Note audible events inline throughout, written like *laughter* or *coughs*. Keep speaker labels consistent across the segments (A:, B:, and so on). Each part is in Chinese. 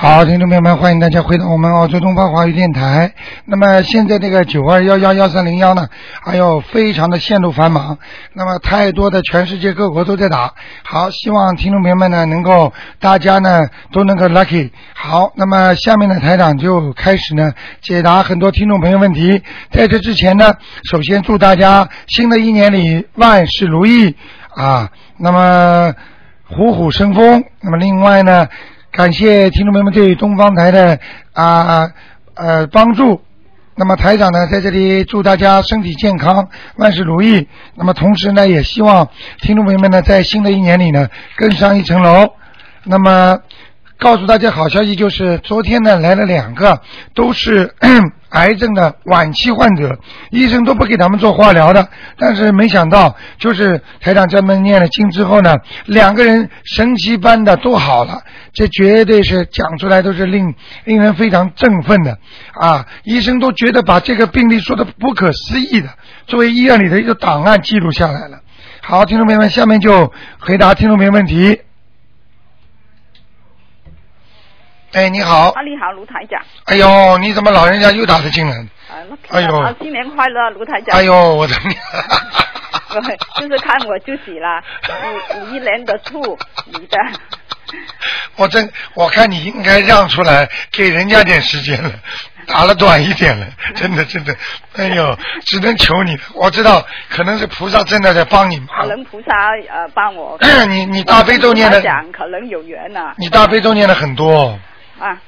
A: 好，听众朋友们，欢迎大家回到我们澳洲东方华语电台。那么现在这个九二幺幺幺三零幺呢，哎呦，非常的陷入繁忙。那么太多的全世界各国都在打。好，希望听众朋友们呢，能够大家呢都能够 lucky。好，那么下面呢，台长就开始呢解答很多听众朋友问题。在这之前呢，首先祝大家新的一年里万事如意啊。那么虎虎生风。那么另外呢。感谢听众朋友们对东方台的啊呃帮助。那么台长呢，在这里祝大家身体健康，万事如意。那么同时呢，也希望听众朋友们呢，在新的一年里呢，更上一层楼。那么告诉大家好消息就是，昨天呢来了两个，都是 *coughs* 癌症的晚期患者，医生都不给他们做化疗的。但是没想到，就是台长专门念了经之后呢，两个人神奇般的都好了，这绝对是讲出来都是令令人非常振奋的啊！医生都觉得把这个病例说的不可思议的，作为医院里的一个档案记录下来了。好，听众朋友们，下面就回答听众朋友问题。哎，你好。
B: 啊，你好，卢台长。
A: 哎呦，你怎么老人家又打得进来？
B: 啊，那
A: 哎呦
B: 啊，新年快乐，卢台长。
A: 哎呦，我的 *laughs* 娘！
B: 不是， *laughs* 就是看我自己啦，五五一年的兔，你的。
A: 我真，我看你应该让出来，给人家点时间了，打了短一点了，
B: 嗯
A: 真的真的，哎呦，只能求你了。我知道，可能是菩萨真的在帮你 *clears throat*
B: 可
A: 忙。。
B: 能菩萨呃帮我
A: *coughs* 你你大悲咒念的
B: 我跟卢台长可能有缘呐、
A: 你大悲咒念了很多，
B: 啊，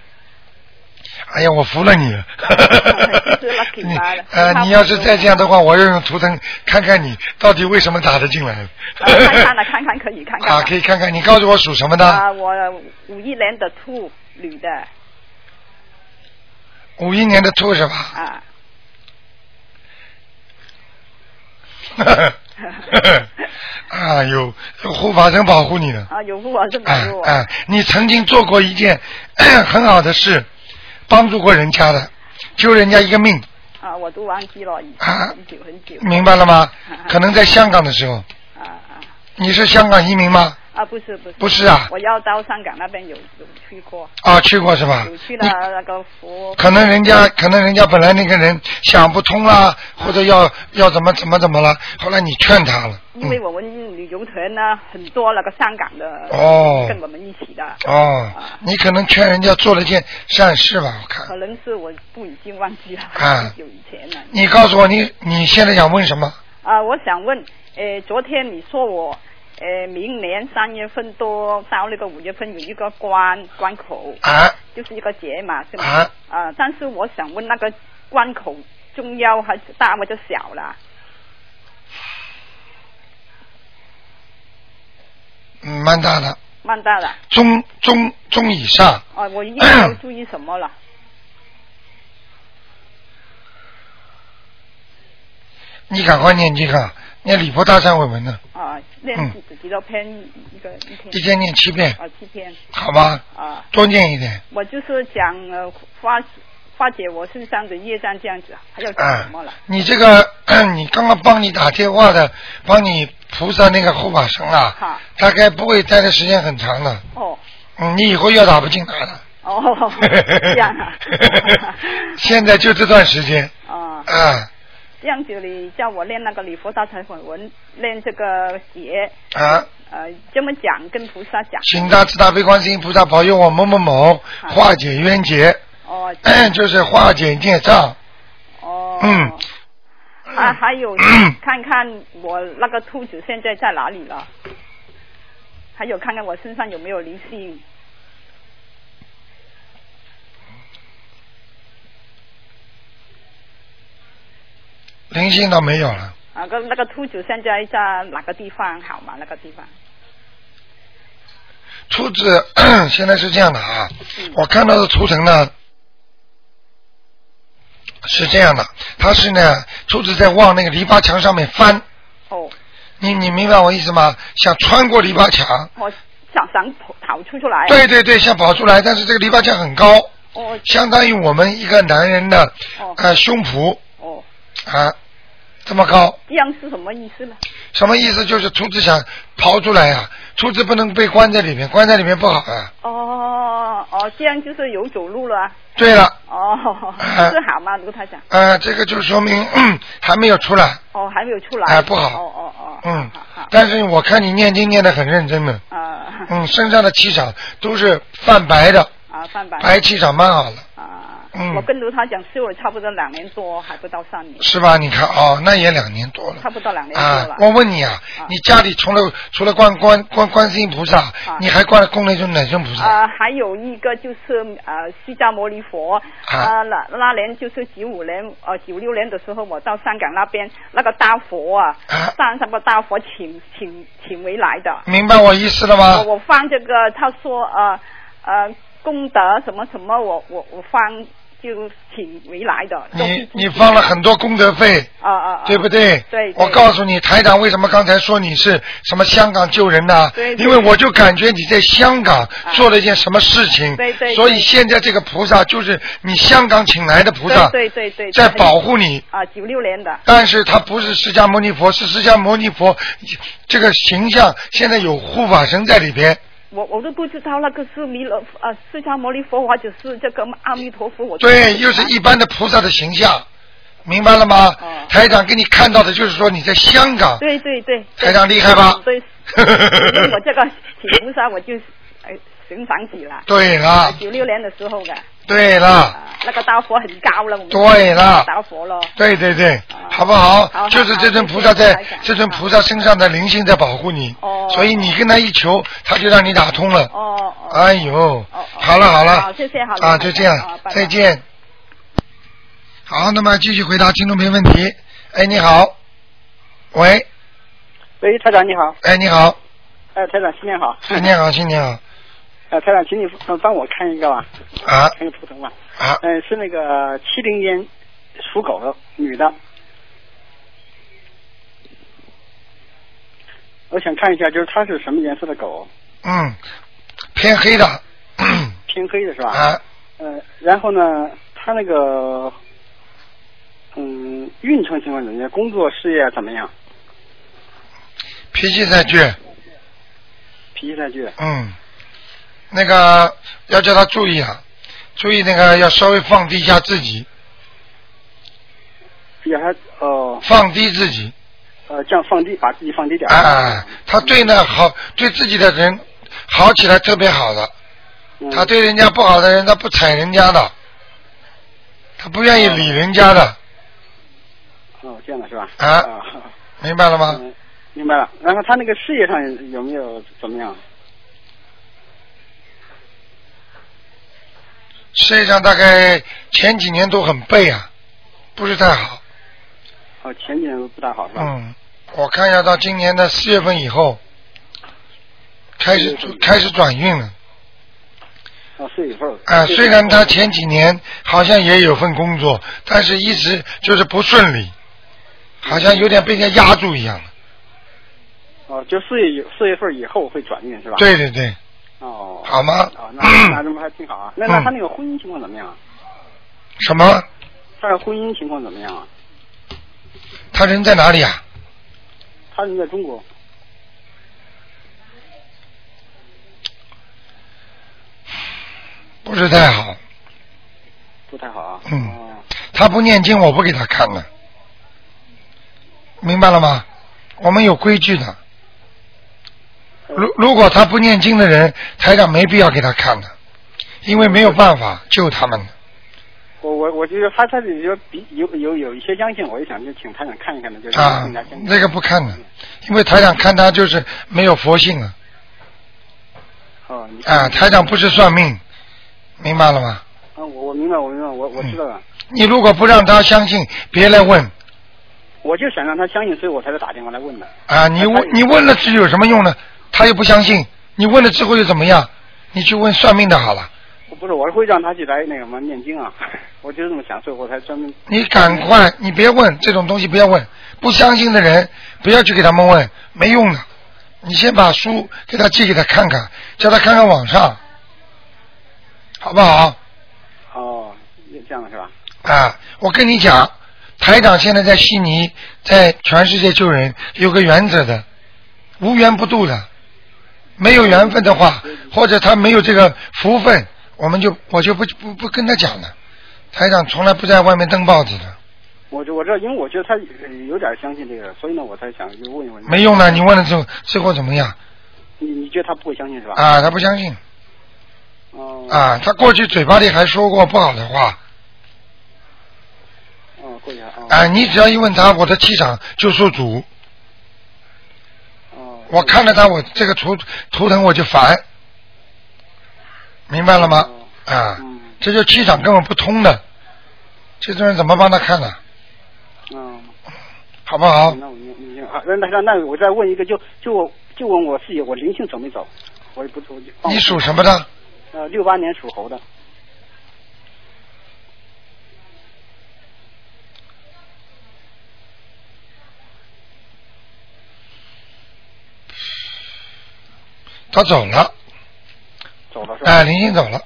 A: 哎呀，我服了你了。
B: 是 lucky
A: 你
B: 吧
A: 呃，你要是再这样的话，我要用图腾看看你到底为什么打得进来了。
B: 啊看看了，看看可以看看。
A: 啊，可以看看你告诉我属什么的？
B: 啊，我五一年的兔，女的
A: 五一年的兔是
B: *laughs*
A: 吧？
B: 啊。
A: 啊，有有护法神保护你呢。
B: 啊，有护我是保
A: 哎
B: 护我。
A: 哎，你曾经做过一件 *coughs* 很好的事，帮助过人家的，救人家一个命，
B: 啊，我都忘记了，已经
A: 啊
B: 很久很久。
A: 哎明白了吗
B: 啊？
A: 可能在香港的时候，
B: 啊啊
A: 你是香港移民吗？
B: 啊！不是不是
A: 不是啊
B: 我要到香港那边有有去过，
A: 啊，去过是吧？
B: 有去了
A: 你
B: 那个佛
A: 可能人家可能人家本来那个人想不通啦，或者要要怎么怎么怎么了，后来你劝他了，
B: 因为我们旅游团呢很多那个香港的
A: 哦
B: 跟我们一起的，啊
A: 哦，你可能劝人家做了件善事吧？我看
B: 可能是我不已经忘记了，
A: 啊
B: 很久以前了。
A: 你告诉我你你现在想问什么？
B: 啊，我想问，呃，昨天你说我，呃，明年三月份多到那个五月份有一个关关口，
A: 啊
B: 就是一个节嘛，是吗？
A: 啊，
B: 啊，但是我想问那个关口中央还是大或者小啦？
A: 嗯，蛮大的，
B: 曼大啦，
A: 中中中以上，
B: 啊，我应该要注意什么
A: *coughs*
B: 了？
A: 你赶快念经啊，念礼佛大忏悔文呢，
B: 啊，练几几多篇一个一天
A: 一天念七遍，
B: 啊七篇
A: 好吗？
B: 啊，
A: 多念一点，
B: 我就是想呃化化解我身上的业障这样子，还要讲什么了？
A: 啊你这个 *clears throat* 你刚刚帮你打电话的，帮你菩萨那个护法神啊
B: 好，
A: 大概不会待的时间很长的，
B: 哦
A: 嗯，你以后又打不进来了。，
B: 哦，这样啊 *laughs*
A: 现在就这段时间
B: 啊，
A: 啊
B: 这样子你叫我练那个礼佛大忏悔文，练这个节，
A: 啊，
B: 呃，这么讲跟菩萨讲，
A: 请大慈大悲观世音菩萨保佑我某某某化解冤结， *clears throat*
B: 哦
A: 就是化解孽障。
B: 哦，
A: 嗯，
B: 啊，还
A: *clears throat*
B: 有
A: 嗯
B: 看看我那个兔子现在在哪里了，还有看看我身上有没有灵性。
A: 灵性倒没有了，
B: 啊，跟那个兔子现在在哪个地方好吗？那个地方
A: 兔子 *clears throat* 现在是这样的啊，
B: 嗯
A: 我看到的图腾呢是这样的，它是呢兔子在往那个篱笆墙上面翻，
B: 哦，
A: 你你明白我意思吗？想穿过篱笆墙，
B: 我哦想想逃逃出出来。
A: 对对对，想跑出来，但是这个篱笆墙很高，
B: 哎哦
A: 相当于我们一个男人的
B: 哦
A: 呃胸脯
B: 哦
A: 啊，这么高，
B: 这样是什么意思呢？
A: 什么意思？就是厨子想逃出来呀、厨子不能被关在里面，关在里面不好啊。
B: 哦哦，这样就是有走路了。
A: 对了，
B: 哦，
A: 哎
B: 是好吗，卢台长？
A: 呃，这个就说明、嗯还没有出来，
B: 哦，还没有出来。
A: 哎不好
B: 哦哦哦。
A: 嗯
B: 好好。。
A: 但是我看你念经念得很认真的，
B: 啊
A: 嗯，身上的气场都是泛白的，
B: 啊，范白。
A: 白气场蛮好的，
B: 啊
A: 嗯，
B: 我跟卢台长修了差不多两年多，还不到三年，
A: 是吧？你看哦，那也两年多了。
B: 差不多两年
A: 啊
B: 多了。，
A: 我问你啊，
B: 啊
A: 你家里除了除了观观观观世音菩萨，你还观了供了一尊哪尊菩萨？
B: 啊，还有一个就是呃，释迦牟尼佛，啊，那那年就是九五年呃九六年的时候，我到香港那边那个大佛啊，
A: 啊
B: 三十个大佛请请请回来的，
A: 明白我意思了吗？
B: 我我放这个，他说呃呃功德什么什么，我我我放就请回来的，都是
A: 你
B: 自己
A: 你放了很多功德费，
B: 啊啊，啊
A: 对不对？
B: 对对
A: 我告诉你，台长为什么刚才说你是什么香港救人呐？
B: 对对啊
A: 因为我就感觉你在香港做了一件什么事情，
B: 对对对
A: 所以现在这个菩萨就是你香港请来的菩萨，
B: 对对对对，
A: 啊在保护你。
B: 啊九六年的。
A: 但是他不是释迦牟尼佛，是释迦牟尼佛这个形象，现在有护法神在里边。
B: 我我都不知道那个是弥勒呃释迦牟尼佛或者是这个阿弥陀佛，我都
A: 对，
B: 不知
A: 又
B: 道
A: 是一般的菩萨的形象，明白了吗？
B: 哦
A: 台长给你看到的就是说你在香港，
B: 对对对，
A: 台长厉害吧？
B: 对，因为我这个请菩萨我就呃寻常起了，
A: 对了，
B: 九六年的时候的，
A: *laughs* 对了，
B: 啊那个大佛很高了，我们
A: 对了
B: 大佛了，
A: 对对对，
B: 啊
A: 好不好？
B: 好好
A: 就是这尊菩萨
B: 好
A: 在
B: 谢谢台长
A: 这尊菩萨身上的灵性在保护你，
B: 哦
A: 所以你跟他一求，他就让你打通了。
B: 哦哦，
A: 哎呦，
B: 哦
A: 好了好了，
B: 好谢谢好了
A: 啊，
B: 好
A: 就这样
B: 好拜，拜
A: 再见。好，那么继续回答听众朋友问题。哎，你好，喂，
C: 喂，台长你好，
A: 哎，你好，
C: 哎、台长新年好，
A: 新年好，新年好，
C: 呃，台长，请你呃帮我看一个吧，
A: 啊
C: 看一个图腾吧，
A: 啊，
C: 嗯、是那个七零年属狗的女的，我想看一下，就是她是什么颜色的狗，
A: 嗯，偏黑的，
C: 偏黑的是吧？
A: 啊，
C: 呃，然后呢，她那个嗯运程情况怎么样？工作事业怎么样？
A: 脾气在倔，
C: 脾气太倔，
A: 嗯，那个要叫他注意啊，注意那个要稍微放低一下自己，
C: 也还哦
A: 放低自己，
C: 呃这样放低，把自己放低点儿。
A: 啊，他对那好对自己的人好起来特别好的，
C: 嗯
A: 他对人家不好的人，他不踩人家的，他不愿意理人家的，
C: 哦，这样的是吧？
A: 啊
C: 啊
A: 明白了吗？
C: 嗯，明白了。然后他那个事业上有没有怎么样？
A: 世界上大概前几年都很背啊，不是太好。
C: 哦，前几年不大好是吧？
A: 嗯，我看一下，到今年的四月份以后，开始
C: 四月份以后
A: 开始转运了。
C: 哦，四月份儿。
A: 啊，
C: 四
A: 虽
C: 月份儿
A: 然他前几年好像也有份工作，但是一直就是不顺利，好像有点被人家压住一样的。
C: 哦，就四月以四月份儿以后会转运是吧？。
A: 对对对，
C: 哦。
A: 好吗
C: 哦，那那这不还挺好啊？那那
A: 嗯
C: 他那个婚姻情况怎么样啊？
A: 什么？
C: 他的婚姻情况怎么样啊？
A: 他人在哪里啊？
C: 他人在中国。
A: 不是太好。
C: 不太好啊。
A: 嗯
C: 哦
A: 他不念经，我不给他看的，明白了吗？我们有规矩的。如如果他不念经的人，台长没必要给他看的，因为没有办法救他们的。
C: 我我我就是他他里就比有有有一些相信，我也想就请他想看一看呢，就是
A: 啊
C: 更加相信。，
A: 那个不看的，因为台长看他就是没有佛性了
C: 哦，你看
A: 啊。台长不是算命，明白了吗？
C: 啊，我我明白，我明白，我我知道了，
A: 你如果不让他相信，别来问
C: 我就想让他相信，所以我才打电话来问的。
A: 啊。你
C: 那他
A: 问你问了是有什么用呢？他又不相信，你问了之后又怎么样？你去问算命的好了。
C: 我不是，我会让他去来那个什么念经啊， *laughs* 我就是这么想，所以我才专门
A: 你赶快，你别问这种东西，不要问。不相信的人，不要去给他们问，没用的。你先把书给他寄给他看看，叫他看看网上，好不好？
C: 哦，这样的是吧？
A: 啊，我跟你讲，台长现在在悉尼，在全世界救人，有个原则的，无缘不渡的。没有缘分的话，或者他没有这个福分，我们就我就不不不跟他讲了。台长从来不在外面登报纸的，
C: 我就我知道，因为我觉得他呃有点相信这个，所以呢，我才想就问一问。
A: 没用的。你问了之后，最后怎么样？
C: 你你觉得他不会相信是吧？
A: 啊，他不相信
C: 哦
A: 啊，他过去嘴巴里还说过不好的话
C: 哦，过去啊哦
A: 啊，你只要一问他，我的气场就受阻，
C: 哦，
A: 我看着他，我这个图图腾我就烦，明白了吗？
C: 哦
A: 啊，
C: 嗯
A: 这就气场根本不通的，这种人怎么帮他看呢、
C: 嗯，
A: 好不好？
C: 那我明明白啊，那那那我再问一个，就就我就问我自己，我灵性走没走？我也不我就
A: 你属什么的？
C: 呃六八年属猴的，
A: 他走了，
C: 走了是吧？
A: 哎，林星走了，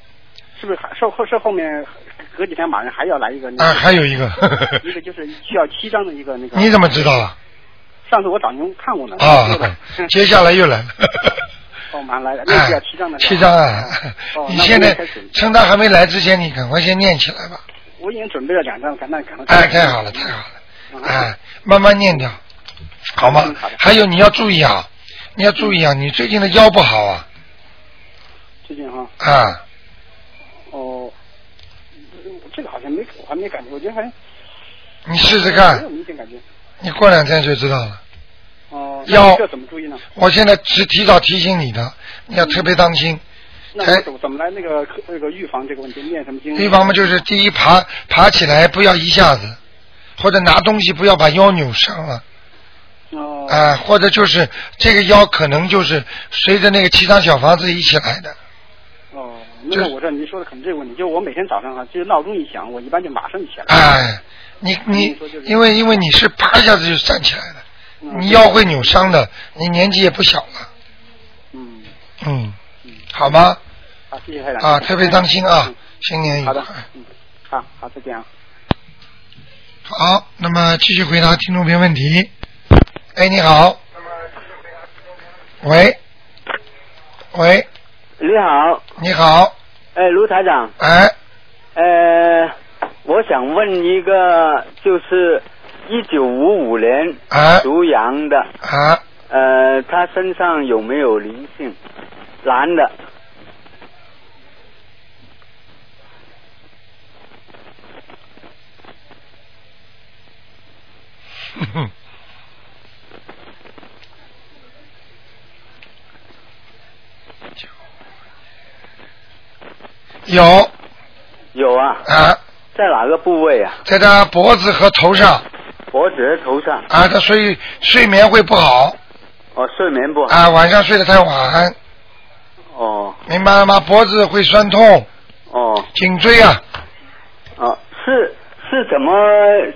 C: 是不是还是后是后面隔几天马上还要来一个那
A: 啊，
C: 个？
A: 还有一个，
C: *laughs* 一个就是需要七张的一个那
A: *laughs*
C: 个。
A: 你怎么知道啊？
C: 上次我找您看过呢。对吧
A: 啊，接下来又来了。
C: 哦，马上来了，那是要七张的。是吧
A: 七张哎啊！ *laughs*
C: 哦，
A: 你
C: 那
A: 现
C: 我
A: 在
C: 也开始
A: 趁他还没来之前，你赶快先念起来吧。
C: 我已经准备了两张，赶那赶快。
A: 哎，太好了，太好了！
C: 嗯
A: 哎，慢慢念掉，好吗
C: 嗯好的？
A: 还有你要注意啊，你要注意啊，你最近的腰不好啊
C: 最近哈，
A: 啊！
C: 哦，我这个好像没，我还没感觉，我觉得还
A: 你试试
C: 没
A: 看
C: 有，明显感觉。
A: 你过两天就知道了。
C: 哦，
A: 要
C: 那这怎么注意呢？
A: 我现在只提早提醒你的，你要特别当心。
C: 那
A: 哎
C: 我怎么怎么来那个那个预防这个问题？念什么经？
A: 预防嘛，就是第一爬爬起来不要一下子，或者拿东西不要把腰扭伤了。
C: 哦，
A: 啊、或者就是这个腰可能就是随着那个七张小房子一起来的，
C: 哦，
A: 就
C: 那
A: 是
C: 我这您说的可能这个问题，就是我每天早上哈，就是闹钟一响，我一般就马上就起来。
A: 哎、你你
C: 你说就是
A: 因为因为你是啪一下子就站起来的，
C: 嗯
A: 你腰会扭伤的，你年纪也不小了，
C: 嗯，
A: 嗯，好吗？
C: 好，谢谢台长。
A: 啊，特别当心啊
C: 嗯，
A: 新年愉
C: 好的
A: 快。，
C: 嗯，好好，再见啊。
A: 好，那么继续回答听众朋友问题。哎，你好。喂，喂，
D: 你好，
A: 你好，
D: 哎，卢台长，
A: 哎，
D: 呃，我想问一个，就是一九五五年
A: 哎，
D: 属羊的，
A: 啊，
D: 呃，他身上有没有灵性？男的，
A: 哼哼有
D: 有啊，
A: 啊，
D: 在哪个部位啊？
A: 在他脖子和头上
D: 脖子、头上。
A: 啊，他睡睡眠会不好
D: 哦，睡眠不好。
A: 啊，晚上睡得太晚，
D: 哦
A: 明白了吗？脖子会酸痛，
D: 哦
A: 颈椎啊，
D: 哦，是是怎么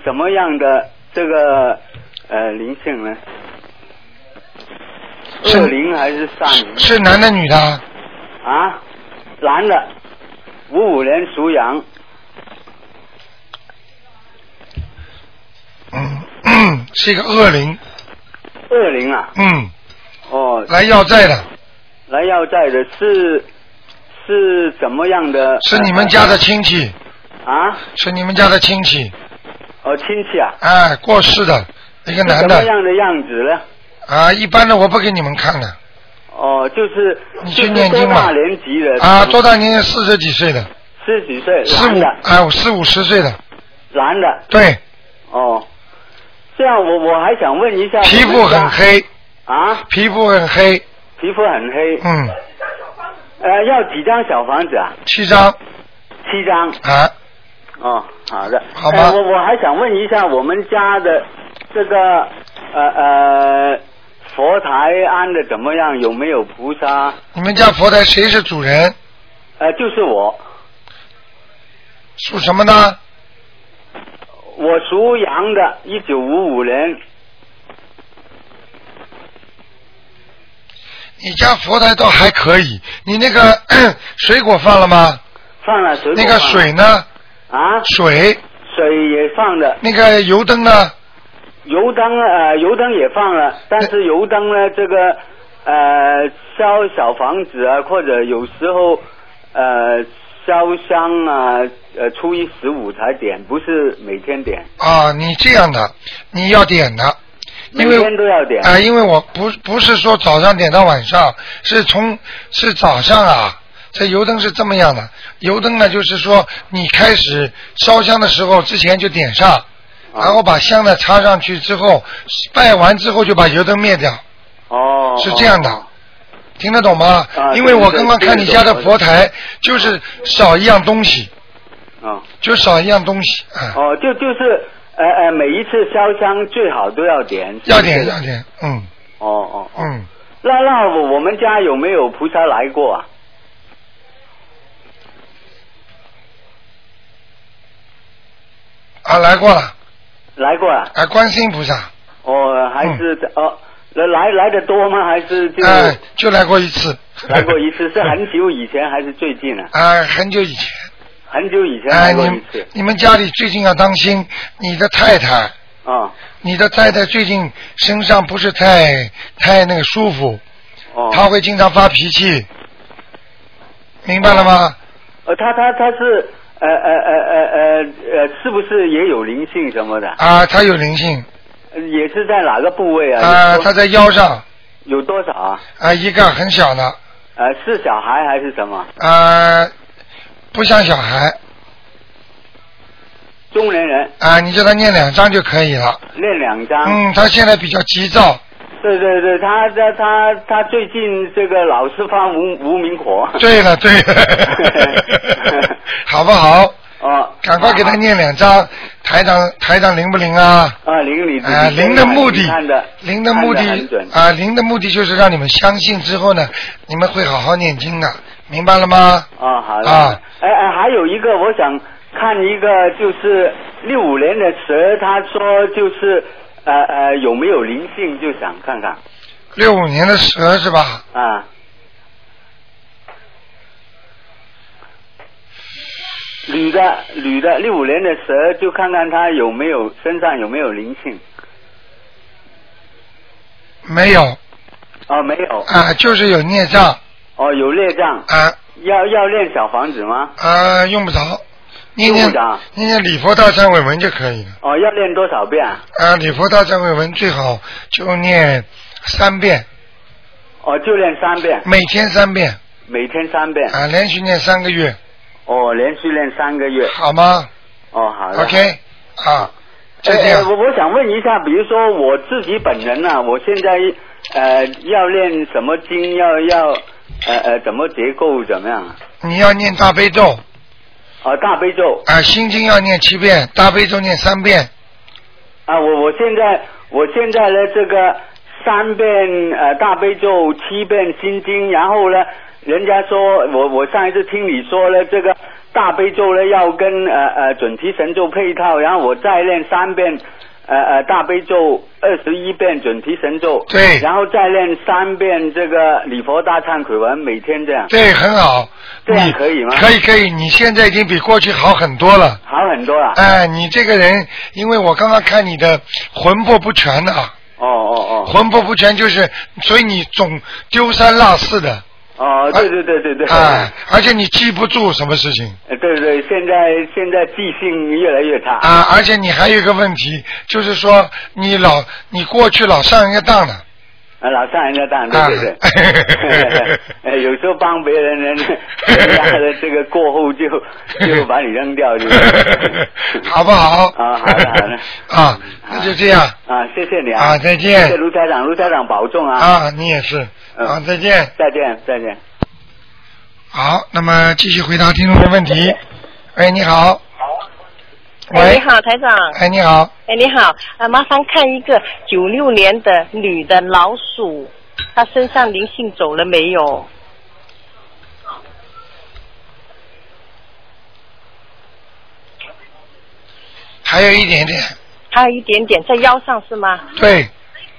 D: 怎么样的这个呃灵性呢？
A: 是
D: 恶灵还是善灵
A: 是？是男的女的啊？
D: 啊，男的，五五年属羊，
A: 嗯，嗯是一个恶灵，
D: 二零啊，
A: 嗯，
D: 哦，
A: 来要债的，
D: 来要债的是是怎么样的？
A: 是你们家的亲戚，
D: 啊？
A: 是你们家的亲戚，
D: 哦，亲戚啊，
A: 哎，过世的一个男
D: 是什么
A: 的
D: 样的样子呢？
A: 啊，一般的我不给你们看的
D: 哦，就是
A: 你
D: 就
A: 去
D: 是
A: 念经
D: 多
A: 吧
D: 大年纪的
A: 啊，多大年龄？四十几岁的，
D: 四十几岁，
A: 四
D: 男
A: 五
D: 的，
A: 啊，四五十岁的，
D: 男的，
A: 对，
D: 哦，这样我我还想问一下，
A: 皮肤很黑，
D: 啊，
A: 皮肤很黑，
D: 皮肤很黑，
A: 嗯，
D: 呃，要几张小房子啊？
A: 七张
D: 七张。
A: 啊，
D: 哦，好的。
A: 好吧
D: 呃我我还想问一下，我们家的这个呃呃佛台安的怎么样？有没有菩萨？
A: 你们家佛台谁是主人？
D: 呃，就是我，
A: 属什么呢？
D: 我属羊的，一九五五年。
A: 你家佛台倒还可以，你那个 *clears throat* 水果放了吗？
D: 放了水果
A: 那
D: 吗。
A: 个水呢？
D: 啊，
A: 水
D: 水水也放了，
A: 那个油灯呢？
D: 油灯呃油灯也放了，但是油灯呢这个呃烧小房子啊，或者有时候呃烧香啊，呃初一十五才点，不是每天点，
A: 啊，你这样的，你要点的，
D: 每
A: 因为
D: 天都要点。
A: 啊、因为我不不是说早上点到晚上，是从是早上啊。这油灯是这么样的，油灯呢就是说你开始烧香的时候之前就点
D: 啊
A: 上，然后把香呢插上去之后，拜完之后就把油灯灭掉，
D: 哦，
A: 是这样的。听得懂吗？
D: 啊
A: 因为我刚刚
D: 听得懂
A: 看你家的
D: 听得懂
A: 佛台就是少一样东西，
D: 哦。
A: 就少一样东西啊、
D: 哦，就就是呃呃，每一次烧香最好都要点，是不是
A: 要点要。点，嗯
D: 哦哦哦，
A: 嗯。
D: 那那我我们家有没有菩萨来过啊？
A: 啊，来过了，
D: 来过啊？
A: 啊，观世音菩萨，
D: 哦，还是、哦，来来来的多吗？还是就、
A: 嗯哎、就来过一次，
D: 来过一次？是
A: *laughs*
D: 很久以前还是最近啊？
A: 哎，很久以前，
D: 很久以前
A: 哎，
D: 来过
A: 你
D: 一
A: 们
D: 次。
A: 你们家里最近要当心，你的太太，
D: 哦
A: 你的太太最近身上不是太太那个舒服，
D: 哦。
A: 她会经常发脾气，明白了吗？
D: 呃，他他他是呃呃呃呃呃呃，是不是也有灵性什么的？呃
A: 啊，她有灵性，
D: 也是在哪个部位啊？
A: 啊，
D: 有多
A: 她在腰上，
D: 有多少啊？
A: 啊，一个很小的，
D: 呃，是小孩还是什么？
A: 啊，不像小孩，
D: 中年人
A: 啊，你叫她念两张就可以了。
D: 练两张。
A: 嗯，她现在比较急躁，
D: 对对对，他他他他最近这个老是发无无
A: *laughs*
D: 名火。 *laughs*
A: 对了对了，好不好？
D: 哦，
A: 赶快给他念两张，台长台长灵不灵啊？
D: 啊，灵你自己
A: 啊、灵的目的
D: 你看的，
A: 灵的目的
D: 看得很准
A: 啊、灵的目的就是让你们相信之后呢，你们会好好念经的，明白了吗？
D: 哦，好的。
A: 啊
D: 哎哎，还有一个，我想看一个，就是六五年的蛇，他说就是呃呃有没有灵性，就想看看
A: 六五年的蛇是吧？
D: 啊。女的，女的，六五年的蛇，就看看她有没有身上有没有灵性。
A: 没有啊、啊
D: 哦，没有。
A: 就是有孽障
D: 哦，有孽障，
A: 啊
D: 要要练小房子吗？
A: 啊、用不着，念
D: 用
A: 念
D: 不着
A: 念念礼佛大忏悔文就可以了
D: 哦，要练多少遍啊？
A: 啊、礼佛大忏悔文最好就念三遍，
D: 哦，就练三遍，
A: 每天三遍
D: 每天三遍。
A: 啊、连续念三个月，
D: 哦，连续练三个月。
A: 好吗
D: 哦，好的。
A: ？OK 啊，就
D: 哎
A: 这样
D: 哎。我我想问一下，比如说我自己本人呢、我现在呃要练什么经，要要呃呃怎么结构怎么样啊？
A: 你要念大悲咒啊、
D: 哦，大悲咒
A: 心经要念七遍，大悲咒念三遍
D: 啊，我我现在我现在呢这个三遍呃大悲咒，七遍心经，然后呢，人家说我我上一次听你说呢，这个大悲咒呢要跟呃呃准提神咒配套，然后我再练三遍。呃呃，大悲咒二十一遍准提神咒，
A: 对
D: 然后再练三遍这个礼佛大忏悔文，每天这样，
A: 对，很好。
D: 这样
A: 你
D: 啊可以吗
A: 可以可以，你现在已经比过去好很多了。
D: 好很多了。
A: 哎，你这个人，因为我刚刚看你的魂魄不全啊，
D: 哦哦哦，
A: 魂魄不全就是，所以你总丢三落四的，
D: 哦，对对对对对，
A: 哎，而且你记不住什么事情
D: 呃对对，现在现在记性越来越差。
A: 啊，而且你还有一个问题，就是说你老你过去老上人家当的，
D: 啊，老上人家当，对
A: 啊
D: 对对。
A: *laughs*
D: 呃有时候帮别人，人人家的这个过
A: *laughs*
D: 后就就把你扔掉，就
A: 好不好？
D: 啊好的好的
A: 啊， *laughs* 那就这样
D: 啊，谢谢你
A: 啊，
D: 啊，
A: 再
D: 谢谢
A: 见
D: 卢台长，卢台长保重啊，
A: 啊，你也是
D: 嗯
A: 啊，再见。
D: 再见再见。
A: 好，那么继续回答听众的问题。喂，你好。
E: 哎，
A: 喂
E: 你，好，台长。
A: 哎，你好，
E: 哎，你好，啊，麻烦看一个九六年的女的老鼠，她身上灵性走了没有？
A: 还有一点点，
E: 还有一点点在腰上是吗？
A: 对，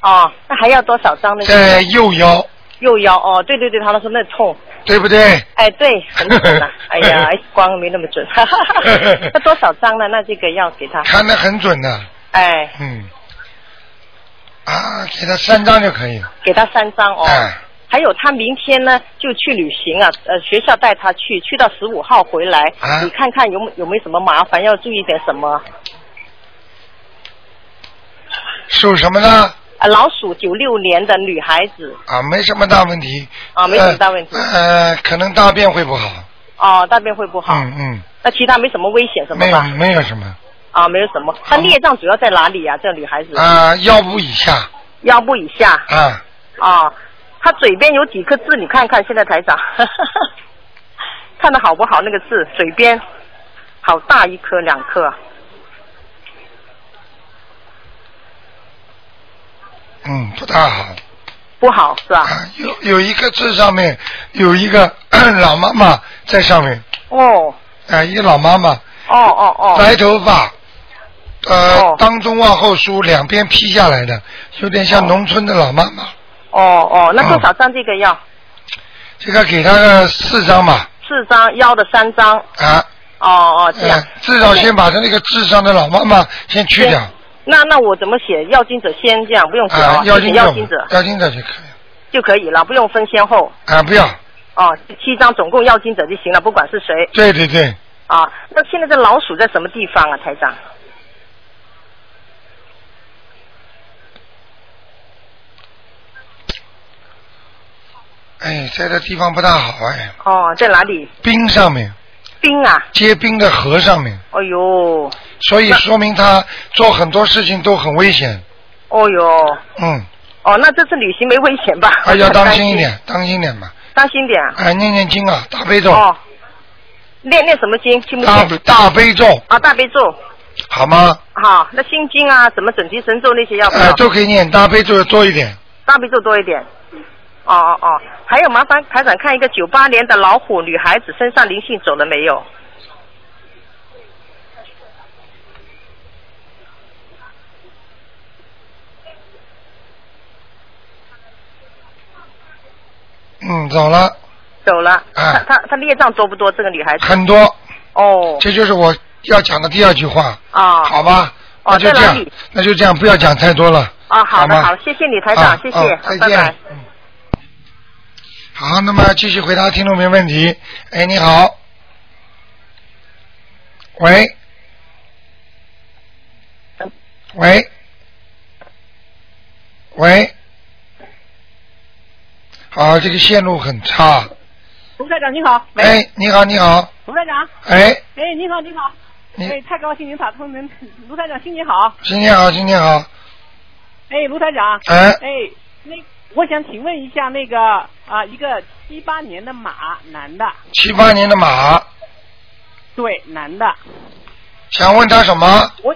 E: 哦，那还要多少张呢？
A: 在右腰，
E: 右腰哦，对对对，他说那痛。
A: 对不对？
E: 哎，对，很
A: *laughs*
E: 准了、哎呀，光没那么准。那多少张呢？那这个要给他。
A: 看得很准的，
E: 哎，
A: 嗯，啊，给他三张就可以了，
E: 给他三张哦。
A: 哎，
E: 还有他明天呢就去旅行啊，呃，学校带他去，去到十五号回来，
A: 啊
E: 你看看有没有没什么麻烦，要注意点什么？
A: 属什么呢？
E: 啊，老鼠九六年的女孩子
A: 啊，没什么大问题。
E: 啊没什么大问题
A: 呃，呃可能大便会不好。
E: 哦，大便会不好，
A: 嗯
E: 那其他没什么危险什
A: 嗯，
E: 么
A: 没有
E: 吧？
A: 没有什么。
E: 啊，没有什么。她孽障主要在哪里呀、这女孩子、
A: 啊，腰部以下
E: 腰部以下
A: 啊，
E: 啊，她嘴边有几颗痣，你看看现在台长， *laughs* 看的好不好？那个痣嘴边好大一颗两颗，
A: 嗯，不大好。
E: 不好是吧？
A: 啊，有有一个痣上面有一个 *coughs* 老妈妈在上面
E: 哦
A: 啊，一个老妈妈，
E: 哦哦哦
A: 白头发，呃，
E: 哦
A: 当中往后梳，两边披下来的，有点像农村的老妈妈。
E: 哦哦，那多少张这个要？
A: 这个给他个四张吧，
E: 四张，腰的三张。
A: 啊，
E: 哦哦，这样
A: 呃。，至少先把他那个智商的老妈妈先去掉，
E: 那那我怎么写？要经者先这样，不用写
A: 啊，
E: 要
A: 妖
E: 经
A: 精
E: 要
A: 者
E: 经者，
A: 妖精者就可以，
E: 就可以了，不用分先后。
A: 啊，不要，
E: 哦，七张总共要经者就行了，不管是谁
A: 对对对，
E: 啊。那现在这老鼠在什么地方啊，台长？
A: 哎，在这地方不大好哎，
E: 哦，在哪里？
A: 冰上面，
E: 冰啊！
A: 结冰的河上面，
E: 哎呦，
A: 所以说明他做很多事情都很危险，
E: 哦呦，
A: 嗯，
E: 哦，那这次旅行没危险吧？
A: 啊，要当心一，点，当心点嘛，
E: 担心点啊。
A: 哎，念念经啊，大悲咒，
E: 哦，念念什么经？听不
A: 大
E: 清。
A: 大悲咒，
E: 啊，大悲咒。
A: 好吗？
E: 嗯好，那心经啊，什么准提神咒那些要不
A: 哎
E: 要，？
A: 都可以念，大悲咒要多一点，
E: 大悲咒多一点。哦哦哦，还有麻烦台长看一个九八年的老虎女孩子身上灵性走了没有？
A: 嗯，走了，
E: 走了。
A: 哎
E: 她她她孽障多不多？这个女孩子。
A: 很多，
E: 哦
A: 这就是我要讲的第二句话，
E: 啊
A: 好吧？
E: 哦
A: 那就这
E: 在哪
A: 样
E: 里，
A: 那就这样，不要讲太多了。
E: 啊，好的
A: 吗
E: 好，谢谢你台长，
A: 啊
E: 谢
A: 哦
E: 谢，
A: 再
E: 拜
A: 见。
E: 拜。
A: 嗯好，那么继续回答听众朋友问题。哎，你好，喂，喂，喂，好，这个线路很差。
F: 卢台长你好，喂，
A: 哎，你好，你好，
F: 卢台长，
A: 哎，
F: 哎，你好，你好，
A: 你
F: 哎，太高兴您打通您，卢台长新年好，
A: 新年好，新年好，
F: 哎，卢台长，
A: 哎，
F: 哎，那我想请问一下那个啊，一个七八年的马男的，
A: 七八年的马，
F: 对，男的，
A: 想问他什么？
F: 我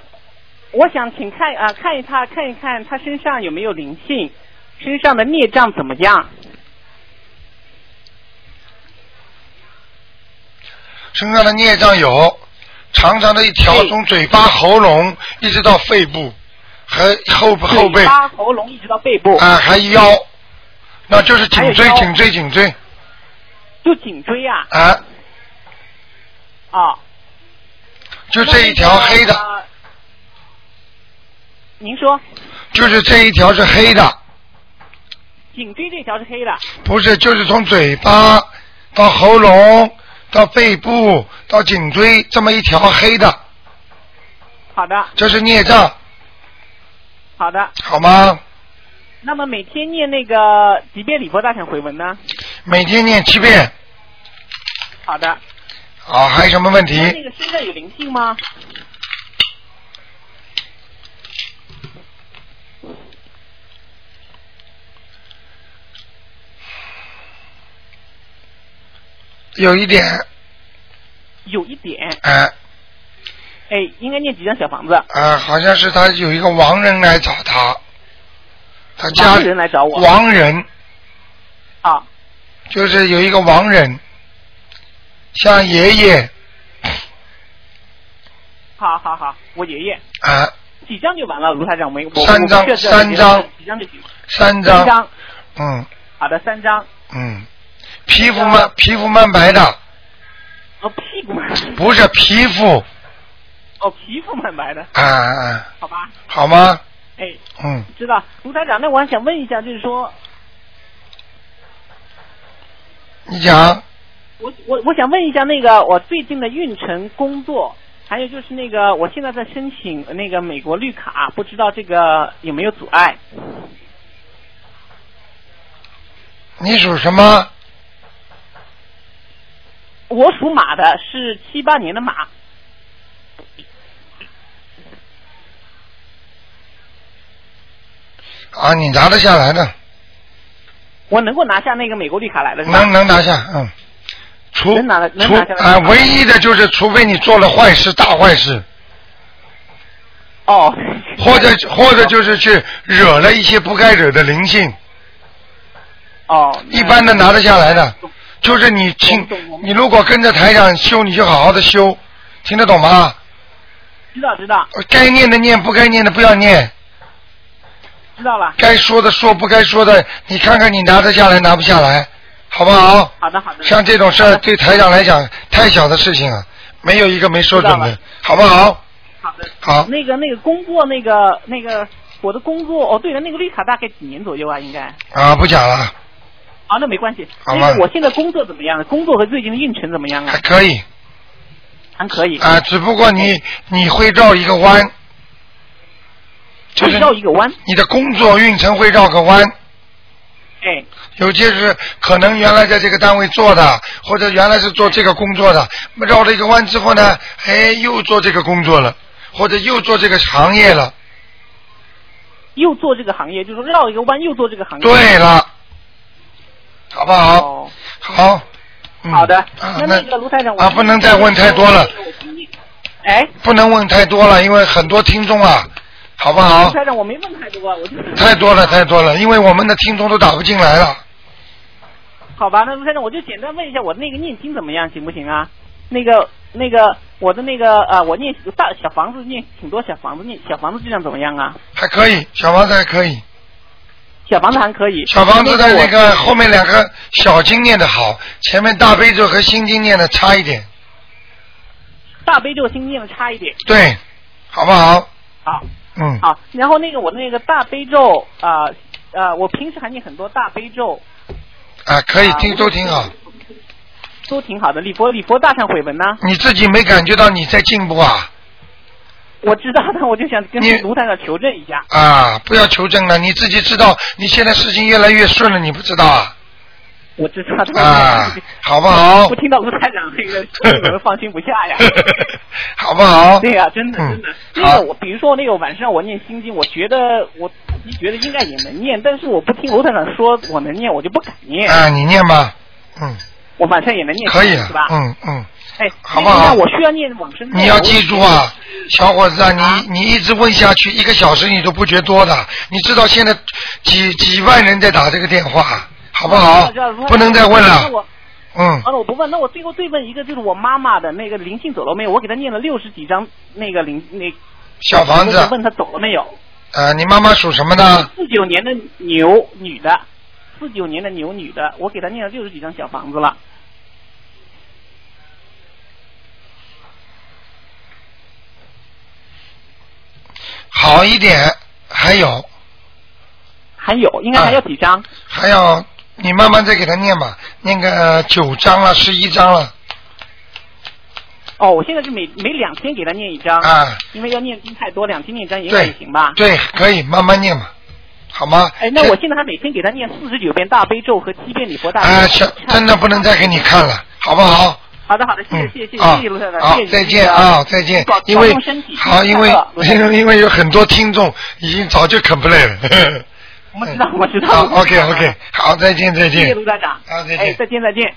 F: 我想请看啊，看一他看一看他身上有没有灵性，身上的孽障怎么样？
A: 身上的孽障有，长长的一条
F: 对
A: 从嘴巴、喉咙一直到肺部和后后背
F: 嘴
A: 啊、
F: 巴、喉咙一直到背部，
A: 还腰，那就是颈
F: 还
A: 椎、
F: 有腰
A: 颈椎、颈椎
F: 就颈椎啊，
A: 啊，
F: 啊，
A: 就这一条黑
F: 那
A: 的，
F: 那个。您说
A: 就是这一条是黑的，
F: 颈椎这条是黑的，
A: 不是，就是从嘴巴到喉咙到背部到颈椎这么一条黑的，
F: 好的，
A: 这是孽障，
F: 好的。
A: 好吗？
F: 那么每天念那个几遍礼佛大忏悔文呢？
A: 每天念七遍
F: 好的。
A: 啊，还有什么问
F: 他那
A: 题？
F: 个身上有灵性吗？
A: 有一点，
F: 有一点，
A: 哎、
F: 哎，应该念几张小房子？
A: 啊，好像是他有一个亡人来找他，他家
F: 亡人来找我
A: 亡人
F: 啊，
A: 就是有一个亡人，像爷爷
F: 好好好，我爷爷
A: 啊，几
F: 几张就完了，卢台长，我没我
A: 三张
F: 我不确实
A: 三张
F: 几张就行。
A: 三
F: 三
A: 张，
F: 张
A: 嗯，
F: 好的，三张。
A: 嗯，皮肤蛮皮肤蛮白的，
F: 哦，屁股蛮
A: 不是皮肤
F: 哦，皮肤蛮白的，
A: 啊啊，
F: 好吧？
A: 好吗？
F: 哎，
A: 嗯，
F: 知道，卢台长，那我还想问一下，就是说，
A: 你讲
F: 我我我想问一下那个我最近的运程、工作，还有就是那个我现在在申请那个美国绿卡，不知道这个有没有阻碍？
A: 你属什么？
F: 我属马的，是七八年的马，
A: 啊，你拿得下来的，
F: 我能够拿下那个美国绿卡来了是吧？
A: 能能拿下，嗯。除
F: 能拿得能
A: 除
F: 拿下来
A: 啊，唯一的就是，除非你做了坏事，大坏事，
F: 哦，
A: 或者或者就是去惹了一些不该惹的灵性，
F: 哦，那
A: 一般的拿得下来的。就是你听，你如果跟着台长修，你就好好的修，听得懂吗？
F: 知道知道
A: 该念的念，不该念的不要念，
F: 知道了，
A: 该说的说，不该说的，你看看你拿得下来拿不下来，好不好？
F: 好的好的，
A: 像这种事儿对台长来讲太小的事情了，没有一个没说准
F: 知道
A: 的，好不好？
F: 好的。
A: 好，
F: 那个那个工作那个那个我的工作哦，对了，那个绿卡大概几年左右啊？应该
A: 啊，不讲了，
F: 啊，那没关系。
A: 好吧
F: 那个我现在工作怎么样？工作和最近的运程怎么样啊
A: 还？可以
F: 还可以。
A: 啊，只不过你你会绕一个弯，就是
F: 绕一个弯，
A: 你的工作运程会绕个弯。
F: 哎，
A: 有些是可能原来在这个单位做的，或者原来是做这个工作的，绕了一个弯之后呢，哎，又做这个工作了，或者又做这个行业了。
F: 又做这个行业，就是说绕一个弯又做这个行业。
A: 对了，好不好？
F: 哦，
A: 好，嗯
F: 好的。
A: 啊
F: 那那个卢台长，我
A: 啊，不能再问太多了，。
F: 哎，
A: 不能问太多了，因为很多听众啊，好不好
F: 卢？台长，我没问太多，我就是
A: 太多了，太多了，因为我们的听众都打不进来了。
F: 好吧，那卢先生，我就简单问一下，我那个念经怎么样，行不行啊？那个那个，我的那个呃，我念大小房子念挺多小房子念小房子质量怎么样啊？
A: 还可以，小房子还可以。
F: 小房子还可以。
A: 小房子的那
F: 我
A: 个后面两个小经念的好，前面大悲咒和心经念的差一点，
F: 大悲咒心念的差一点。
A: 对，好不好？
F: 好，
A: 嗯，
F: 好。然后那个我那个大悲咒啊呃我平时还念很多大悲咒，
A: 啊，可以
F: 啊
A: 听
F: 我
A: 都挺好。
F: 都挺好的。礼佛礼佛大忏悔文呢，
A: 你自己没感觉到你在进步啊？
F: 我知道的，我就想跟
A: 你
F: 卢台长求证一下。
A: 啊，不要求证了，你自己知道你现在事情越来越顺了，你不知道啊？
F: 我知道的。
A: 啊，好不好
F: 不？听到卢台长
A: *laughs*
F: 那个，我们放心不下呀。
A: 好不好？
F: 对呀、真的
A: 嗯
F: 真的。
A: 好
F: 那个我比如说那个晚上我念心经，我觉得我自己觉得应该也能念，但是我不听罗台长说我能念，我就不敢念。
A: 啊，你念吧，嗯，
F: 我晚上也能念，
A: 可以啊
F: 是吧，？
A: 嗯嗯。
F: 哎，
A: 好不好
F: 那我需要念往生咒。
A: 你要记住啊，小伙子啊，
F: 啊
A: 你你一直问下去，一个小时你都不觉多的。你知道现在几几万人在打这个电话，好不好
F: 哦知道知道？
A: 不能再问
F: 那
A: 了，
F: 我
A: 嗯
F: 好，了，我不问。那我最后再问一个，就是我妈妈的那个灵性走了没有？我给她念了六十几张那个灵那
A: 小房
F: 我就
A: 子，
F: 问她走了没有？
A: 呃，你妈妈属什么呢？
F: 四九年的牛女的，四九年的牛女的，我给她念了六十几张小房子了。
A: 好一点，还有啊
F: 还有，应该还要几张？
A: 还有，你慢慢再给他念吧，念个呃九章了，十一章了
F: 哦，我现在是每每两天给他念一张，
A: 啊，
F: 因为要念经太多，两天念一张也
A: 对
F: 也行吧？
A: 对，可以慢慢念吧，好吗？
F: 哎，那我现在还每天给他念四十九遍大悲咒和七遍礼佛大
A: 啊，
F: 忏
A: 小
F: 悔文。
A: 真的不能再给你看了，好不好？
F: 好的，好的，谢
A: 嗯
F: 谢，谢谢，
A: 啊
F: 谢谢卢太太，
A: 好
F: 谢谢，你
A: 再见啊，再见
F: 保。
A: 因为
F: 保重身体
A: 好，因
F: 快
A: 为
F: 乐卢太
A: 因 *laughs*
F: 太
A: 为因为有很多听众已经早就 complain 了。
F: 我知道， *laughs* 我知道。
A: 好
F: 我知
A: ，OK
F: 道
A: OK，好，再见再
F: 谢谢
A: 见。
F: 卢站长。
A: 好再见
F: 哎，再见，再见。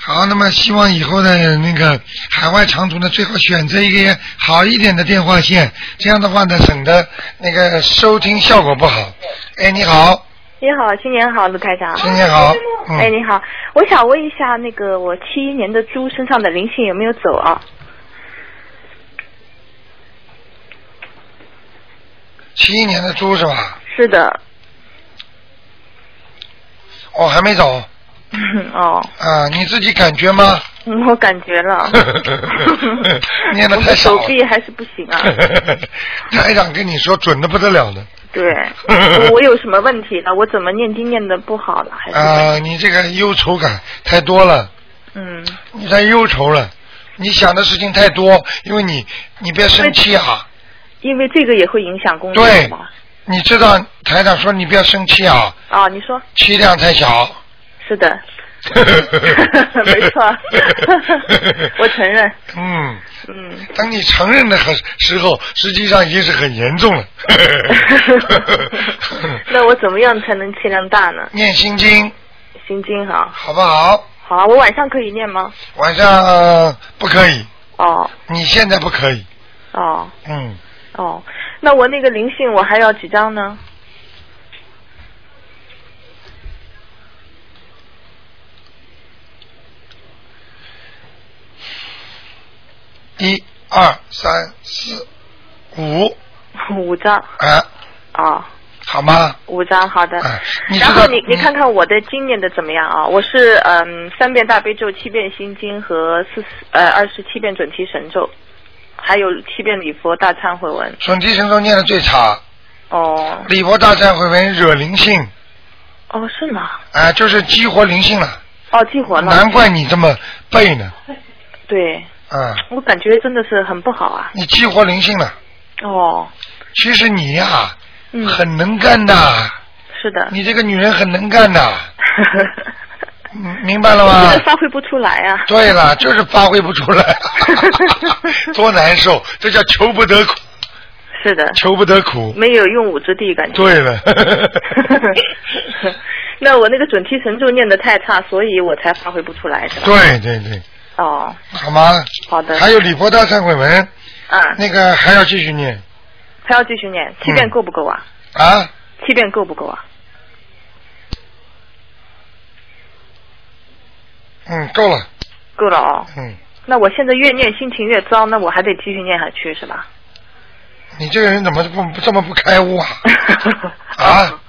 A: 好，那么希望以后的那个海外长途呢，最好选择一个好一点的电话线，这样的话呢，省得那个收听效果不好。哎，你好，
G: 你好，新年好，卢台长。
A: 新年好，嗯，
G: 哎，你好，我想问一下，那个我七一年的猪身上的灵性有没有走啊？
A: 七一年的猪是吧？
G: 是的，
A: 哦，还没走
G: *laughs* 哦，
A: 啊？你自己感觉吗？，
G: 嗯我感觉了
A: *laughs* 念得太少了
G: 我的手臂还是不行
A: *laughs*
G: 啊。
A: 台长跟你说准的不得了的。
G: 对，我我有什么问题了？我怎么念经念的不好了？哎还是、
A: 啊、你这个忧愁感太多了，
G: 嗯，
A: 你太忧愁了，你想的事情太多，因为你你别生气啊，
G: 因为这个也会影响工作
A: 对
G: 吗？
A: 你知道台长说你不要生气啊，
G: 啊，你说
A: 气量太小。
G: 是的， *laughs* 没错我承认，
A: *laughs* 嗯，
G: 嗯，
A: 当你承认的很时候，实际上已经是很严重
G: *laughs*
A: 了。 *laughs*
G: 那我怎么样才能气量大呢？
A: 念心经
G: 心经哈，
A: 好不好？
G: 好啊，我晚上可以念吗？
A: 晚上、呃不可以，
G: 哦
A: 你现在不可以。
G: 哦
A: 嗯，
G: 哦，那我那个灵性我还要几张呢？
A: 一二三四五，
G: 五张
A: 啊，
G: 哦，
A: 好吗？
G: 五张，好的。
A: 哎你知道
G: 然后你你
A: 嗯
G: 看看我的经念的怎么样啊？我是嗯三遍大悲咒、七遍心经和四呃二十七遍准提神咒，还有七遍礼佛大忏悔文。
A: 准提神咒念的最差，
G: 哦
A: 李博大忏悔文惹灵性，
G: 哦，是吗？
A: 啊、就是激活灵性了，
G: 哦，激活了。
A: 难怪你这么背呢，
G: 对，
A: 啊、
G: 我感觉真的是很不好啊。
A: 你激活灵性了。
G: 哦，
A: 其实你呀、
G: 嗯，
A: 很能干的，
G: 是的。
A: 你这个女人很能干的，
G: *laughs*
A: 嗯明白了
G: 我现在
A: 吗？
G: 发挥不出来啊。
A: 对了，就是发挥不出
G: *laughs*
A: 来，多难受，这叫求不得苦，
G: 是的，
A: 求不得苦。
G: 没有用武之地，感觉。
A: 对了，
G: *laughs* 那我那个准提神咒念的太差，所以我才发挥不出来，是吧？
A: 对对对，
G: 哦，
A: 好吗？
G: 好的。
A: 还有李博大忏悔文，
G: 啊，
A: 那个还要继续念
G: 还要继续
A: 嗯
G: 念，七遍够不够啊？
A: 啊？
G: 七遍够不够啊？
A: 嗯，够了，
G: 够了哦。
A: 嗯，
G: 那我现在越念心情越糟，那我还得继续念下去是吧？
A: 你这个人怎么不不这么不开悟啊？啊？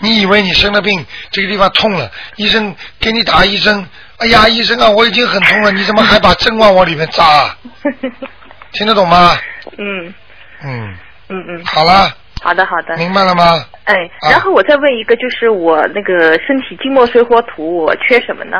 A: 你以为你生了病，这个地方痛了，医生给你打一针，哎呀，医生啊，我已经很痛了，你怎么还把针往我里面扎、啊？听得懂吗？
G: 嗯
A: 嗯，
G: 嗯嗯，
A: 好了，
G: 好的好的。
A: 明白了吗？
G: 哎，
A: 啊
G: 然后我再问一个，就是我那个身体金木水火土，我缺什么呢？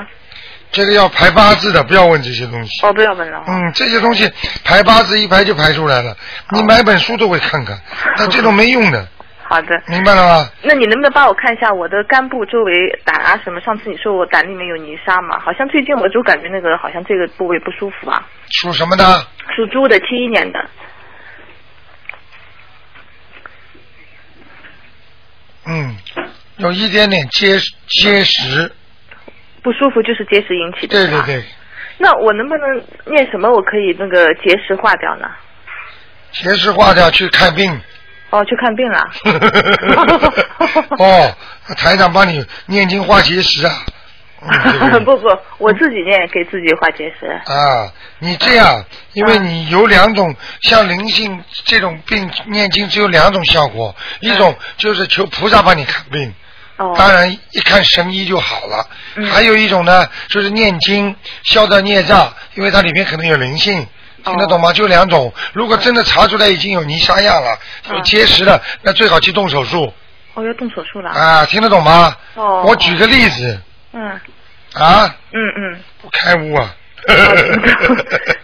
A: 这个要排八字的，不要问这些东西。
G: 哦，不要问了。哦
A: 嗯，这些东西排八字一排就排出来了，你买本书都会看
G: *laughs*
A: 看，那这种没用的，
G: 好的，
A: 明白了吗？
G: 那你能不能帮我看一下我的肝部周围胆啊什么？上次你说我胆里面有泥沙嘛，好像最近我就感觉那个好像这个部位不舒服啊。
A: 属什么的？
G: 属猪的，七一年的。
A: 嗯，有一点点结结实，
G: 不舒服就是结石引起的。
A: 对
G: 是
A: 对
G: 吧。
A: 对，
G: 那我能不能念什么？我可以那个结石化掉呢？
A: 结石化掉去看
G: *laughs*
A: 病。 *laughs*
G: 哦，去看病了。
A: 哦，台长帮你念经化结石啊。嗯对
G: *laughs* 不不，我自己念，给自己化结石。
A: 啊，你这样，因为你有两种，像灵性这种病念经只有两种效果，一种就是求菩萨帮你看病，
G: 嗯哦嗯
A: 当然一看神医就好了；还有一种呢，就是念经消掉孽障，因为它里面可能有灵性。
G: 哦
A: 听得懂吗？就两种。如果真的查出来已经有泥沙样
G: 啊
A: 了，有结石了，那最好去动手术
G: 哦，要动手术了。
A: 啊！听得懂吗？
G: 哦。
A: 我举个例子
G: 嗯
A: 啊，
G: 嗯嗯。
A: 不开悟啊！ *laughs*
G: *laughs*